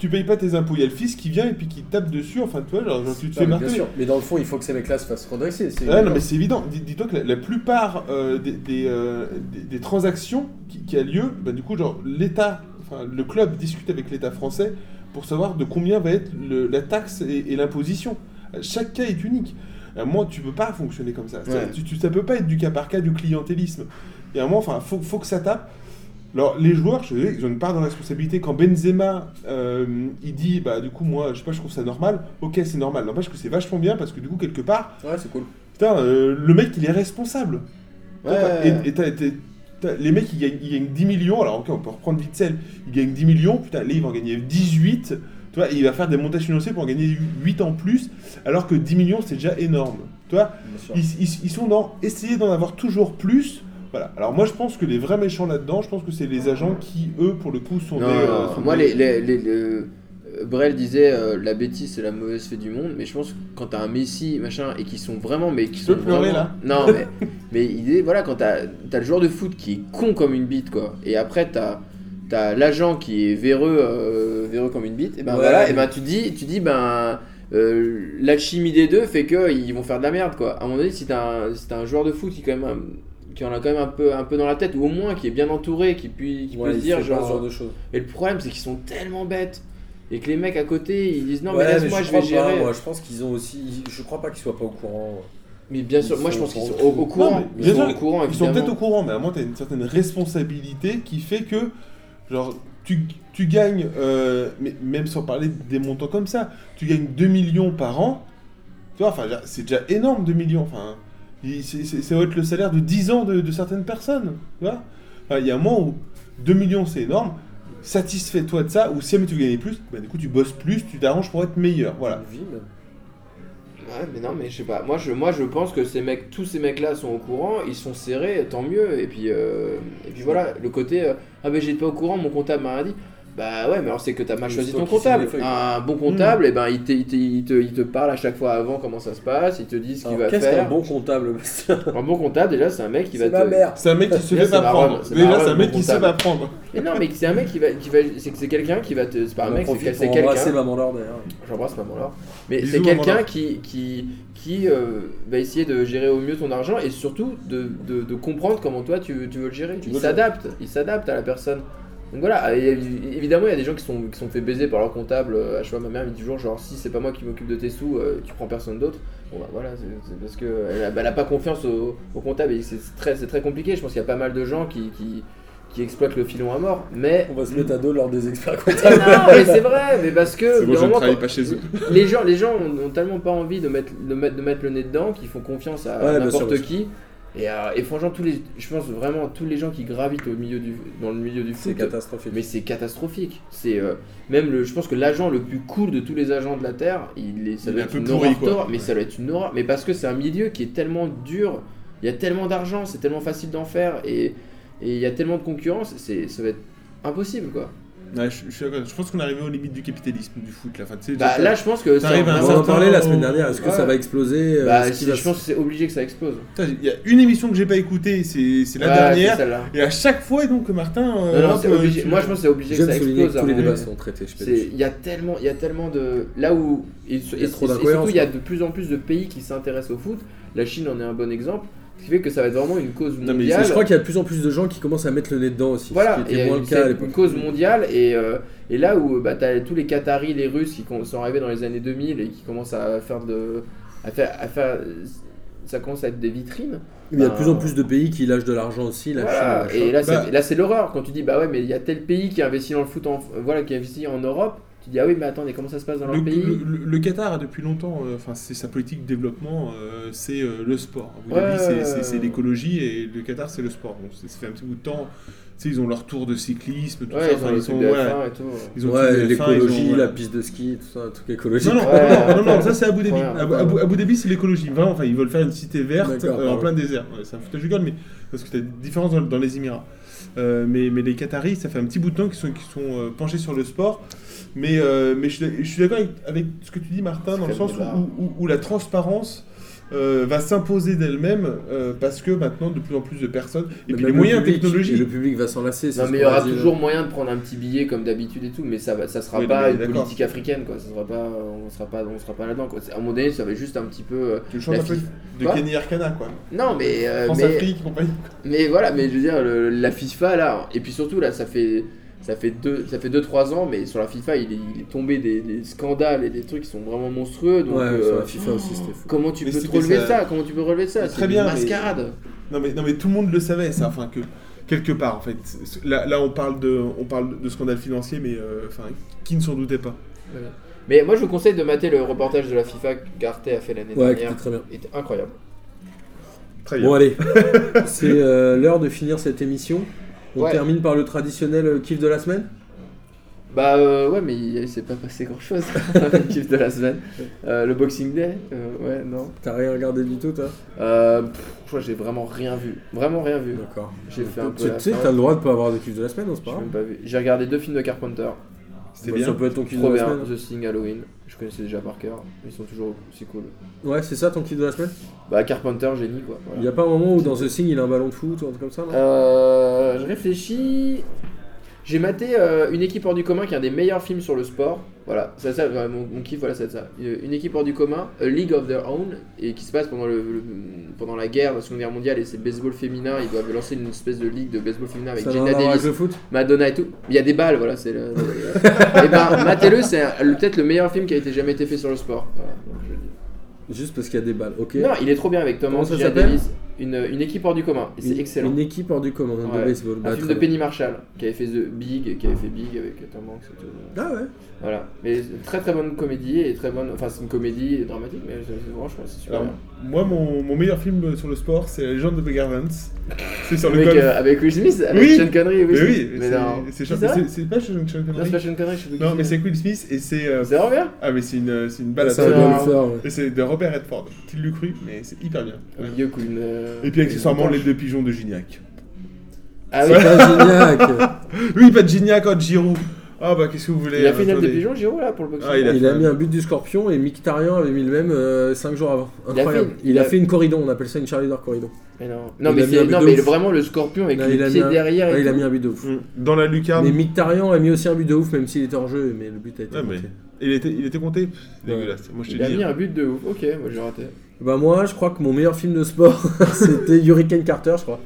E: tu payes pas tes impôts, il y a le fils qui vient et puis qui te tape dessus, enfin tu vois, genre, genre, tu te
A: Non,
E: fais
A: Ah, mais Bah, bien
E: marteler.
A: sûr. Mais dans le fond, il faut que ces mecs-là se fassent redresser. c'est
E: Ouais, non,
A: évident.
E: mais c'est évident. Dis- Dis-toi que la, la plupart euh, des, des, euh, des- des transactions qui, qui a lieu, bah, du coup, genre l'État, enfin le club discute avec l'État français pour savoir de combien va être le- la taxe et, et l'imposition. Euh, Chaque cas est unique. À un moment, tu peux pas fonctionner comme ça. Ça-
B: Ouais.
E: Tu, tu- ça peut pas être du cas par cas, du clientélisme. Il y a un moment, enfin, faut, faut que ça tape. Alors, les joueurs, je suis désolé, ils ont une part de responsabilité. Quand Benzema, euh, il dit, bah, du coup, moi, je sais pas, je trouve ça normal. Ok, c'est normal. N'empêche que c'est vachement bien parce que, du coup, quelque part,
A: Ouais, c'est cool.
E: putain, euh, le mec, il est responsable.
B: Ouais.
E: Et, et t'as- t'es- t'as- les mecs, ils gagnent, ils gagnent 10 millions. Alors, ok, on peut reprendre Vitzel. Ils gagnent 10 millions. Putain, là, il va en gagner 18. Tu vois, il va faire des montages financiers pour en gagner 8 en plus. Alors que 10 millions, c'est déjà énorme. Tu vois,
A: Bien sûr.
E: ils, ils- ils sont dans essayer d'en avoir toujours plus. Voilà. Alors, moi, je pense que les vrais méchants là-dedans, je pense que c'est les agents qui, eux, pour le coup, sont
B: Non,
E: des.
B: non,
E: euh,
B: non.
E: sont
B: moi,
E: des-
B: les, les- les- le- euh, Brel disait euh, la bêtise c'est la mauvaise fée du monde, mais je pense que quand t'as un Messi machin et qui sont vraiment, mais qui
E: Tu
B: sont
E: peux pleurer,
B: vraiment-
E: là
B: Non, mais, mais il disait voilà quand t'as as le joueur de foot qui est con comme une bite quoi, et après t'as as, l'agent qui est véreux, euh, véreux comme une bite, et ben
A: Ouais.
B: voilà, et ben tu dis tu dis ben euh, l'alchimie des deux fait que ils vont faire de la merde quoi. À un moment donné, si t'as un, si t'as un joueur de foot qui quand même un- qui en a quand même un peu un peu dans la tête ou au moins qui est bien entouré, qui, puis, qui
A: Ouais,
B: peut se
A: il
B: dire
A: fait pas
B: genre
A: ce genre de choses.
B: et le problème, c'est qu'ils sont tellement bêtes. Et que les mecs à côté, ils disent non,
A: Ouais,
B: mais laisse-moi,
A: je
B: je,
A: crois
B: vais
A: pas,
B: gérer.
A: moi, je pense qu'ils ont aussi. Je crois pas qu'ils soient pas au courant. euh,
B: Mais bien sûr,
A: Ils
B: moi je
A: sont
B: pense qu'ils
A: au
B: sont au,
A: courant.
B: au courant.
E: Non, mais
B: ils
E: bien
B: sont
E: sûr,
B: au courant,
E: Ils sont
B: évidemment.
E: peut-être au courant, mais à un moment, tu as une certaine responsabilité qui fait que, genre, tu, tu gagnes, euh, mais même sans parler des montants comme ça, tu gagnes 2 millions par an. Tu vois, enfin, c'est déjà énorme, 2 millions. Enfin, il- c'est- c'est- ça va être le salaire de 10 ans de, de certaines personnes. Tu vois Enfin, Il y a un moment où 2 millions, c'est énorme. Satisfais-toi de ça, ou si jamais tu veux gagner plus, bah, du coup, tu bosses plus, tu t'arranges pour être meilleur. Voilà.
A: Une vie, même.
B: Ouais, mais non, mais je sais pas. Moi je, moi, je pense que ces mecs, tous ces mecs-là sont au courant, ils sont serrés, tant mieux. Et puis, euh, et puis voilà, le côté euh, ah, mais j'étais pas au courant, mon comptable m'a rien dit. Bah ouais, mais alors c'est que t'as mal
A: Mais
B: choisi
A: c'est
B: ton
A: toi qui signes
B: comptable.
A: les feuilles, quoi.
B: Un bon comptable, et ben il te, il, te, il te- il te parle à chaque fois avant comment ça se passe, il te dit ce qu'il
A: Alors,
B: va
A: Qu'est-ce qu'un
B: faire.
A: bon comptable, Bastien
B: Un bon comptable, déjà, c'est un mec qui va
A: C'est
B: te.
A: ma mère.
E: C'est un mec qui se
B: Là,
E: fait
B: c'est
E: pas
B: ma
E: prendre.
B: robe, c'est ma
E: Déjà,
B: robe,
E: c'est un mec
B: mon
E: qui se fait pas
B: comptable.
E: prendre.
B: Mais non, mais c'est un mec qui va, qui va c'est que c'est quelqu'un qui va te, c'est pas
A: On en
B: un Bah, mec, c'est
A: profite
B: que- c'est
A: pour embrasser
B: quelqu'un.
A: Maman Laure, d'ailleurs.
B: J'embrasse maman Laure. Mais
E: Bisous,
B: c'est
E: maman
B: quelqu'un
E: Laure.
B: qui qui qui euh, va essayer de gérer au mieux ton argent et surtout de, de, de comprendre comment toi tu, tu veux le gérer.
A: Tu veux
B: Il
A: le gérer.
B: s'adapte, il s'adapte à la personne. Donc voilà, et évidemment il y a des gens qui sont qui sont fait baiser par leur comptable. Euh, À chaque fois ma mère me dit toujours genre si c'est pas moi qui m'occupe de tes sous, euh, tu prends personne d'autre. Bon bah voilà, c'est c'est parce que elle a, bah, elle a pas confiance au, au comptable et c'est très c'est très compliqué. Je pense qu'il y a pas mal de gens qui qui, qui exploitent le filon à mort. Mais
A: On va se mettre à dos lors des experts comptables.
B: mais Ah, non, mais c'est vrai, mais parce que
E: C'est bon,
B: d'un
E: je ne
B: moment,
E: travaille
B: quand-
E: pas chez eux.
B: les gens, les gens ont, ont tellement pas envie de mettre, de, mettre, de mettre le nez dedans qu'ils font confiance à
A: Ouais, bien sûr,
B: n'importe
A: bien
B: qui. Et, euh, et franchement, tous les, je pense vraiment à tous les gens qui gravitent au milieu du, dans le milieu du
A: C'est
B: foot.
A: catastrophique.
B: Mais c'est catastrophique. C'est euh, même le, je pense que l'agent le plus cool de tous les agents de la terre, il est, ça
E: Il
B: doit
E: est un
B: être
E: peu
B: une
E: pourri,
B: horreur
E: quoi.
B: tort, mais ça doit être une horreur. Mais parce que c'est un milieu qui est tellement dur, il y a tellement d'argent, c'est tellement facile d'en faire et et il y a tellement de concurrence, c'est, ça va être impossible quoi.
E: Ouais, je, je suis d'accord. Je pense qu'on est arrivé aux limites du capitalisme du foot là. Enfin, tu sais,
B: Bah,
E: déjà,
B: là, je pense que ça,
E: T'arrives à un
A: on
B: vraiment-
A: en
E: certain-
A: parlait la semaine dernière. Est-ce que
B: Ouais.
A: ça va exploser euh,
B: bah,
A: est-ce
B: c'est-
A: qu'il va
B: je pense que c'est obligé que ça explose.
E: putain, il y a une émission que j'ai pas écoutée, c'est c'est la
B: Ouais,
E: dernière.
B: c'est celle-là.
E: Et à chaque fois, donc que Martin. euh,
B: Non, non,
E: hop,
B: c'est
E: euh,
B: obligé.
E: tu-
B: Moi, je pense que c'est obligé que
A: J'aime
B: ça
A: souligner
B: explose.
A: que tous les
B: avant.
A: débats sont traités. Je
B: C'est-
A: fais
B: Il y a tellement, il y a tellement de là où et, et-
A: Il y a trop
B: et surtout
A: d'incohérences,
B: il y a
A: quoi.
B: de plus en plus de pays qui s'intéressent au foot. La Chine en est un bon exemple, ce qui fait que ça va être vraiment une cause
E: mais
B: mondiale.
A: Mais je crois qu'il y a de plus en plus de gens qui commencent à mettre le nez dedans aussi.
B: voilà,
A: ce qui
B: et
A: était moins le
B: c'est
A: cas à
B: une
A: l'époque.
B: cause mondiale et, euh, et là où bah, t'as tous les Qataris, les Russes qui com- sont arrivés dans les années 2000 et qui commencent à faire de, à faire, à faire, ça commence à être des vitrines.
A: Il y a de
B: Bah,
A: plus en plus de pays qui lâchent de l'argent aussi. La
B: Voilà,
A: Chine,
B: et là, c'est-
E: Bah.
B: là, c'est l'horreur quand tu dis bah ouais, mais il y a tel pays qui investit dans le foot, en, voilà, qui investit en Europe. Tu dis ah oui, mais attendez, comment ça se passe dans
E: le,
B: leur pays
E: le- le- le Qatar a depuis longtemps, euh, enfin c'est sa politique de développement, euh, c'est euh, le sport. Vous
B: Ouais.
E: l'avez dit, c'est- c'est- c'est l'écologie et le Qatar c'est le sport. Bon, c'est- ça fait un petit bout de temps. Tu sais, ils ont leur tour de cyclisme, tout ça.
B: Ouais, ils
E: enfin,
B: ont les
E: ils sont-
B: trucs de
E: ouais,
B: F1 et tout.
E: ils ont le truc de
A: Ouais,
E: F1, ils ont-
A: l'écologie,
E: voilà.
A: la piste de ski, tout ça, un truc écologique.
E: Non, non,
B: Ouais.
E: non, non, ça c'est Abu Dhabi.
B: Ouais.
E: Abu, Abu- Abu Dhabi c'est l'écologie. Vraiment, enfin, ils veulent faire une cité verte
A: D'accord,
E: euh, en
A: pardon.
E: plein désert. Ouais, c'est un foutage du gueule, mais parce que t'as des différences dans, dans les Émirats. Euh, mais, mais les Qataris, ça fait un petit bout de temps qu'ils sont, qu'ils sont euh, penchés sur le sport. Mais, euh, mais je, suis- je suis d'accord avec, avec ce que tu dis, Martin, dans le
B: C'est
E: sens
B: le
E: où,
B: débat.
E: où- où- où la transparence. euh, va s'imposer d'elle-même euh, parce que maintenant de plus en plus de personnes et
A: Mais
E: puis
A: même
E: les
A: le
E: moyens
A: public, et
E: technologiques
A: Le public va s'enlacer. c'est
B: Non,
A: ce
B: mais il y
A: qu'on
B: aura
A: dit, là.
B: toujours moyen de prendre un petit billet comme d'habitude et tout, mais ça, va- ça sera
E: Oui, non,
B: pas
E: mais
B: une
E: d'accord.
B: politique africaine quoi. Ça sera pas, on sera pas, on sera pas là-dedans quoi. C'est- À un moment donné, ça va être juste un petit peu. euh,
E: tu changes
B: la
E: un peu
B: FIFA.
E: de
B: Quoi
E: Kenny Arcana quoi
B: Non, mais, euh,
E: France
B: mais
E: Afrique compagnie
B: mais voilà, mais je veux dire le- la FIFA là et puis surtout là, ça fait Ça fait 2-3 ça fait deux, trois ans, mais sur la FIFA, il est, il est tombé des, des scandales et des trucs qui sont vraiment monstrueux. Donc,
A: ouais,
B: euh,
A: sur la FIFA aussi, c'était fou.
B: comment tu
E: Mais
B: peux
E: c'est-
B: te relever
E: mais
B: ça,
E: ça-
B: Comment tu peux relever ça
E: Mais
B: C'est
E: très
B: une
E: bien, mais-
B: mascarade.
E: Non mais, non mais tout le monde le savait ça, enfin que quelque part en fait. C'est- Là, là, on parle de on parle de scandale financier mais euh, enfin qui ne s'en doutait pas.
B: Voilà. Mais moi, je vous conseille de mater le reportage de la FIFA qu'Arte a fait l'année
A: Ouais, qui
B: dernière.
A: était très bien.
B: Il était incroyable.
E: Très bien.
A: Bon, allez, c'est euh, l'heure de finir cette émission. On
B: Ouais.
A: termine par le traditionnel euh, kiff de la semaine.
B: Bah euh, ouais, mais il s'est pas passé grand chose. le kiff de la semaine. Euh, le Boxing Day, euh, ouais, non.
A: T'as rien regardé du tout, toi
B: Euh, pff, je crois que j'ai vraiment rien vu. Vraiment rien vu.
A: D'accord.
B: J'ai fait un peu.
A: Tu
B: la
A: tu sais,
B: fin.
A: t'as le droit de pas avoir de kiff de la semaine, on se
B: J'ai
A: parle.
B: même pas vu. J'ai regardé deux films de Carpenter.
E: C'était
A: Bah,
E: bien.
A: Ça peut être ton kiff de
B: Trop
A: la
B: bien.
A: semaine.
B: The Thing, Halloween. Je connaissais déjà par cœur. Ils sont toujours aussi cool.
A: Ouais, c'est ça ton kiff de la semaine
B: Bah Carpenter, génie quoi. voilà.
A: Il y a pas un moment où dans The Thing il a un ballon de foot ou un truc comme ça
B: Ah,
A: non
B: Euh, je réfléchis. J'ai maté euh, Une équipe hors du commun qui est un des meilleurs films sur le sport. Voilà, ça, ça ouais, mon, mon kiff, voilà, c'est ça. Euh, Une équipe hors du commun, A League of Their Own, et qui se passe pendant, le, le- pendant la guerre, la Seconde Guerre mondiale, et c'est le baseball féminin. Ils doivent lancer une espèce de ligue de baseball féminin avec
A: Ça n'a rien
B: Gina
A: à voir avec
B: Davis,
A: le foot
B: Madonna et tout. Il y a des balles, voilà, c'est le. le- et ben, matez-le, c'est un- le- peut-être le meilleur film qui a été jamais été fait sur le sport. Voilà, donc je le dis.
A: Juste parce qu'il y a des balles, ok
B: Non, il est trop bien avec Tom
A: Comment
B: Hanks,
A: ça
B: Gina
A: s'appelle
B: Davis. Une, une équipe hors du commun, et c'est
A: Une-
B: excellent.
A: Une équipe hors du commun de
B: Ouais.
A: baseball.
B: Un
A: Bah,
B: film de
A: très
B: Penny Marshall qui avait fait The Big, qui avait fait Big avec Tom Hanks et tout.
A: bien. Ah ouais
B: Voilà. Mais très très bonne comédie et très bonne. Enfin, c'est une comédie dramatique, mais c'est- c'est- franchement, c'est super.
E: Alors,
B: bien.
E: moi, mon, mon meilleur film sur le sport, c'est La légende de Big Vance. C'est sur le
B: avec,
E: golf.
B: euh, avec Will Smith, avec
E: Oui.
B: Sean Connery et Will
E: mais
B: Smith.
E: oui, c'est-
B: non.
E: c'est
B: C'est
E: Sean-
B: vrai
E: c'est- c'est pas Sean Sean
B: Non, c'est pas
E: Connery.
B: Sean Connery, je sais plus qui
E: Non, mais c'est Will Smith et c'est. euh,
B: C'est revient
E: ah, mais c'est une, c'est une balade.
A: C'est un
B: Non.
A: golfeur. ouais.
E: Et c'est de Robert Redford. Qui l'eût cru, mais c'est hyper bien.
B: Au milieu qu'une. euh,
E: Et puis, accessoirement,
B: une
E: les deux pigeons de Gignac.
B: Ah oui,
A: C'est pas Gignac
E: Oui, pas de Gignac, oh, de Giroud. Ah, bah, qu'est-ce que vous voulez
B: il a fait une aide des
E: attendez.
B: pigeons, Giroud, là, pour le boxing.
E: Ah, il a-
A: euh, Il a
E: fait-
A: mis un but du scorpion et Mictarian avait mis le même 5 jours avant.
B: Il a
A: Incroyable.
B: fait-
A: Il,
B: il
A: a
B: a-
A: fait une corridor, on appelle ça une cheerleader corridor.
B: Mais non, non
A: Il
B: mais,
A: a mis
B: c'est-
A: un but
B: non,
A: de
B: mais
A: ouf.
B: vraiment le scorpion avec
A: Non,
B: les
A: il a
B: pieds
A: mis un-
B: derrière.
A: Ah,
B: et
A: il a
B: tout.
A: mis un but de ouf.
E: Mm. Dans la lucarne.
A: Mais Mictarian a mis aussi un but de ouf, même s'il était hors jeu, mais le but a été.
E: Ouais, mais
A: manqué.
E: il était, il était compté Pff, Dégueulasse. Moi, je te
B: Il a
E: dis.
B: mis un but de ouf. Ok, moi j'ai raté.
A: Bah, moi, je crois que mon meilleur film de sport, c'était Hurricane Carter, je crois.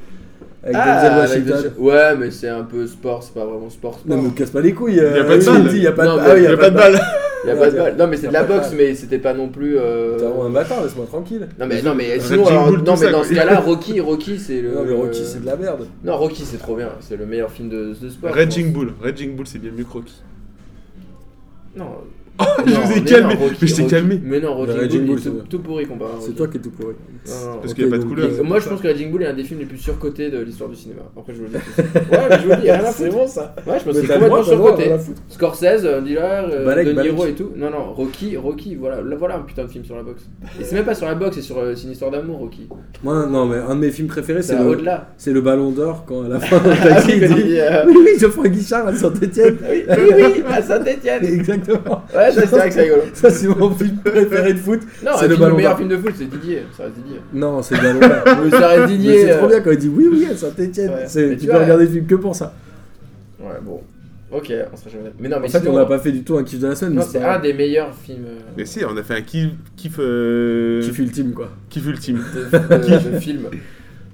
A: Avec
B: Ah,
A: Denzel
B: avec
A: Washington.
B: Denzel- Oh. Ouais, mais c'est un peu sport, c'est pas vraiment sport. sport.
A: Non, mais me casse pas les couilles. euh,
E: a pas de balle.
A: Il y a pas de
B: Non,
A: balle.
B: mais
A: Ah oui,
E: Il
A: y
E: n'y a pas de balle.
B: Il y a
A: Ouais,
B: pas de
A: y a-
B: balle. Non, mais c'est
A: y a
B: de la
A: pas de
B: boxe,
A: balle.
B: mais c'était pas non plus. euh,
A: T'as un bâtard, laisse-moi tranquille.
B: Non, mais, non, mais
E: Red
B: sinon,
E: Bull,
B: alors,
E: tout
B: non, mais
E: ça,
B: dans
E: quoi.
B: ce cas-là, Rocky, Rocky, c'est le.
A: Non, mais Rocky, c'est de la merde.
B: Non, Rocky, c'est trop bien. C'est le meilleur film de, de sport.
E: Raging
B: je pense.
E: Bull. Raging Bull, c'est bien mieux que Rocky.
B: Non.
E: je
B: Non,
E: vous ai
B: mais
E: calmé,
B: non, Rocky,
E: mais je t'ai
B: Rocky-
E: calmé.
B: Mais non, Raging,
A: Raging
B: Bull,
A: Bull,
B: c'est
A: c'est
B: tout,
A: bon.
B: tout pourri comparé à
A: C'est
B: Rocky.
A: toi qui es tout pourri.
B: Non, non,
E: Parce
A: ok,
E: qu'il n'y a pas de
A: donc,
E: couleur.
A: euh,
E: c'est
B: Moi,
E: pour
B: je
E: ça.
B: pense que Raging Bull est un des films les plus surcotés de l'histoire du cinéma. Après, je vous le dis. Ouais, mais je vous le dis, rien à foutre.
A: bon ça.
B: Ouais, je pense que
A: Mais
B: c'est
A: t'as le droit
B: complètement
A: d'en avoir rien
B: surcoté.
A: à foutre.
B: Scorsese, euh, Dillard, euh,
A: Balek,
B: De
A: Balek.
B: Niro et tout. Non, non, Rocky, Rocky, voilà, là, voilà un putain de film sur la boxe. Et c'est même pas sur la boxe, c'est sur euh, c'est une histoire d'amour, Rocky.
A: Moi, non, mais un de mes films préférés,
B: C'est
A: c'est le,
B: Bah, au-delà.
A: c'est le Ballon d'Or quand à la fin, le taxi il
B: Quand il
A: dit
B: dit, euh,
A: Oui, oui, Geoffroy Guichard à Saint-Etienne.
B: oui, oui, oui, à Saint-Etienne.
A: Exactement.
B: Ouais, ça, c'est vrai que c'est rigolo.
A: Ça, c'est mon film préféré de foot.
B: Non,
A: C'est le
B: un film-
A: Ballon
B: le meilleur
A: d'Or.
B: film de foot, c'est Didier. Ça reste Didier.
A: Non, c'est le Ballon d'Or.
B: Oui, ça reste
A: Mais
B: Didier.
A: C'est trop
B: euh,
A: bien quand il dit oui, oui, à Saint-Etienne.
B: Ouais.
A: C'est-
B: Mais
A: Tu
B: tu
A: peux
B: vois, euh,
A: regarder le film que pour ça.
B: Ouais, bon. Ok, on sera jamais. Mais non, mais
A: En fait,
B: sinon,
A: on n'a pas fait du tout un kiff de la semaine,
B: non,
A: mais
B: c'est un des meilleurs films euh,
E: Mais si, on a fait un kiff, kiff, euh,
A: kiff ultime quoi.
E: kiff ultime.
B: de, de- de films.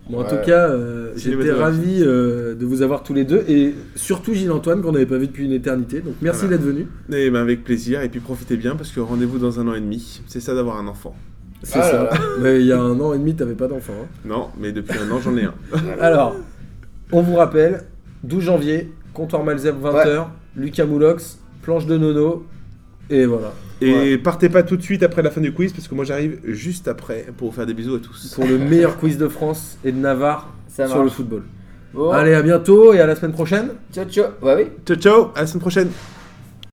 A: Bon, en
B: Ouais.
A: tout cas, euh, j'étais
E: Cinématographique.
A: ravi euh, de vous avoir tous les deux et surtout Gilles-Antoine qu'on n'avait pas vu depuis une éternité. Donc merci
E: Voilà.
A: d'être venu.
E: Et ben avec plaisir, et puis profitez bien parce que rendez-vous dans un an et demi. C'est ça d'avoir un enfant.
A: C'est
B: Ah
A: ça.
B: là là.
A: Mais il y a un an et demi, t'avais pas d'enfant. hein.
E: Non, mais depuis un an j'en ai un.
A: Alors, on vous rappelle 12 janvier, comptoir Malzep 20h, Lucas Moulox, planche de Nono. Et voilà.
E: Et
B: Ouais.
E: partez pas tout de suite après la fin du quiz parce que moi j'arrive juste après pour vous faire des bisous à tous.
A: Pour le meilleur quiz de France et de Navarre
B: Ça
A: sur le
B: marche.
A: football.
B: Bon,
A: Allez, à bientôt et à la semaine prochaine.
B: ciao, ciao. Bah oui.
E: Ciao ciao, à la semaine prochaine.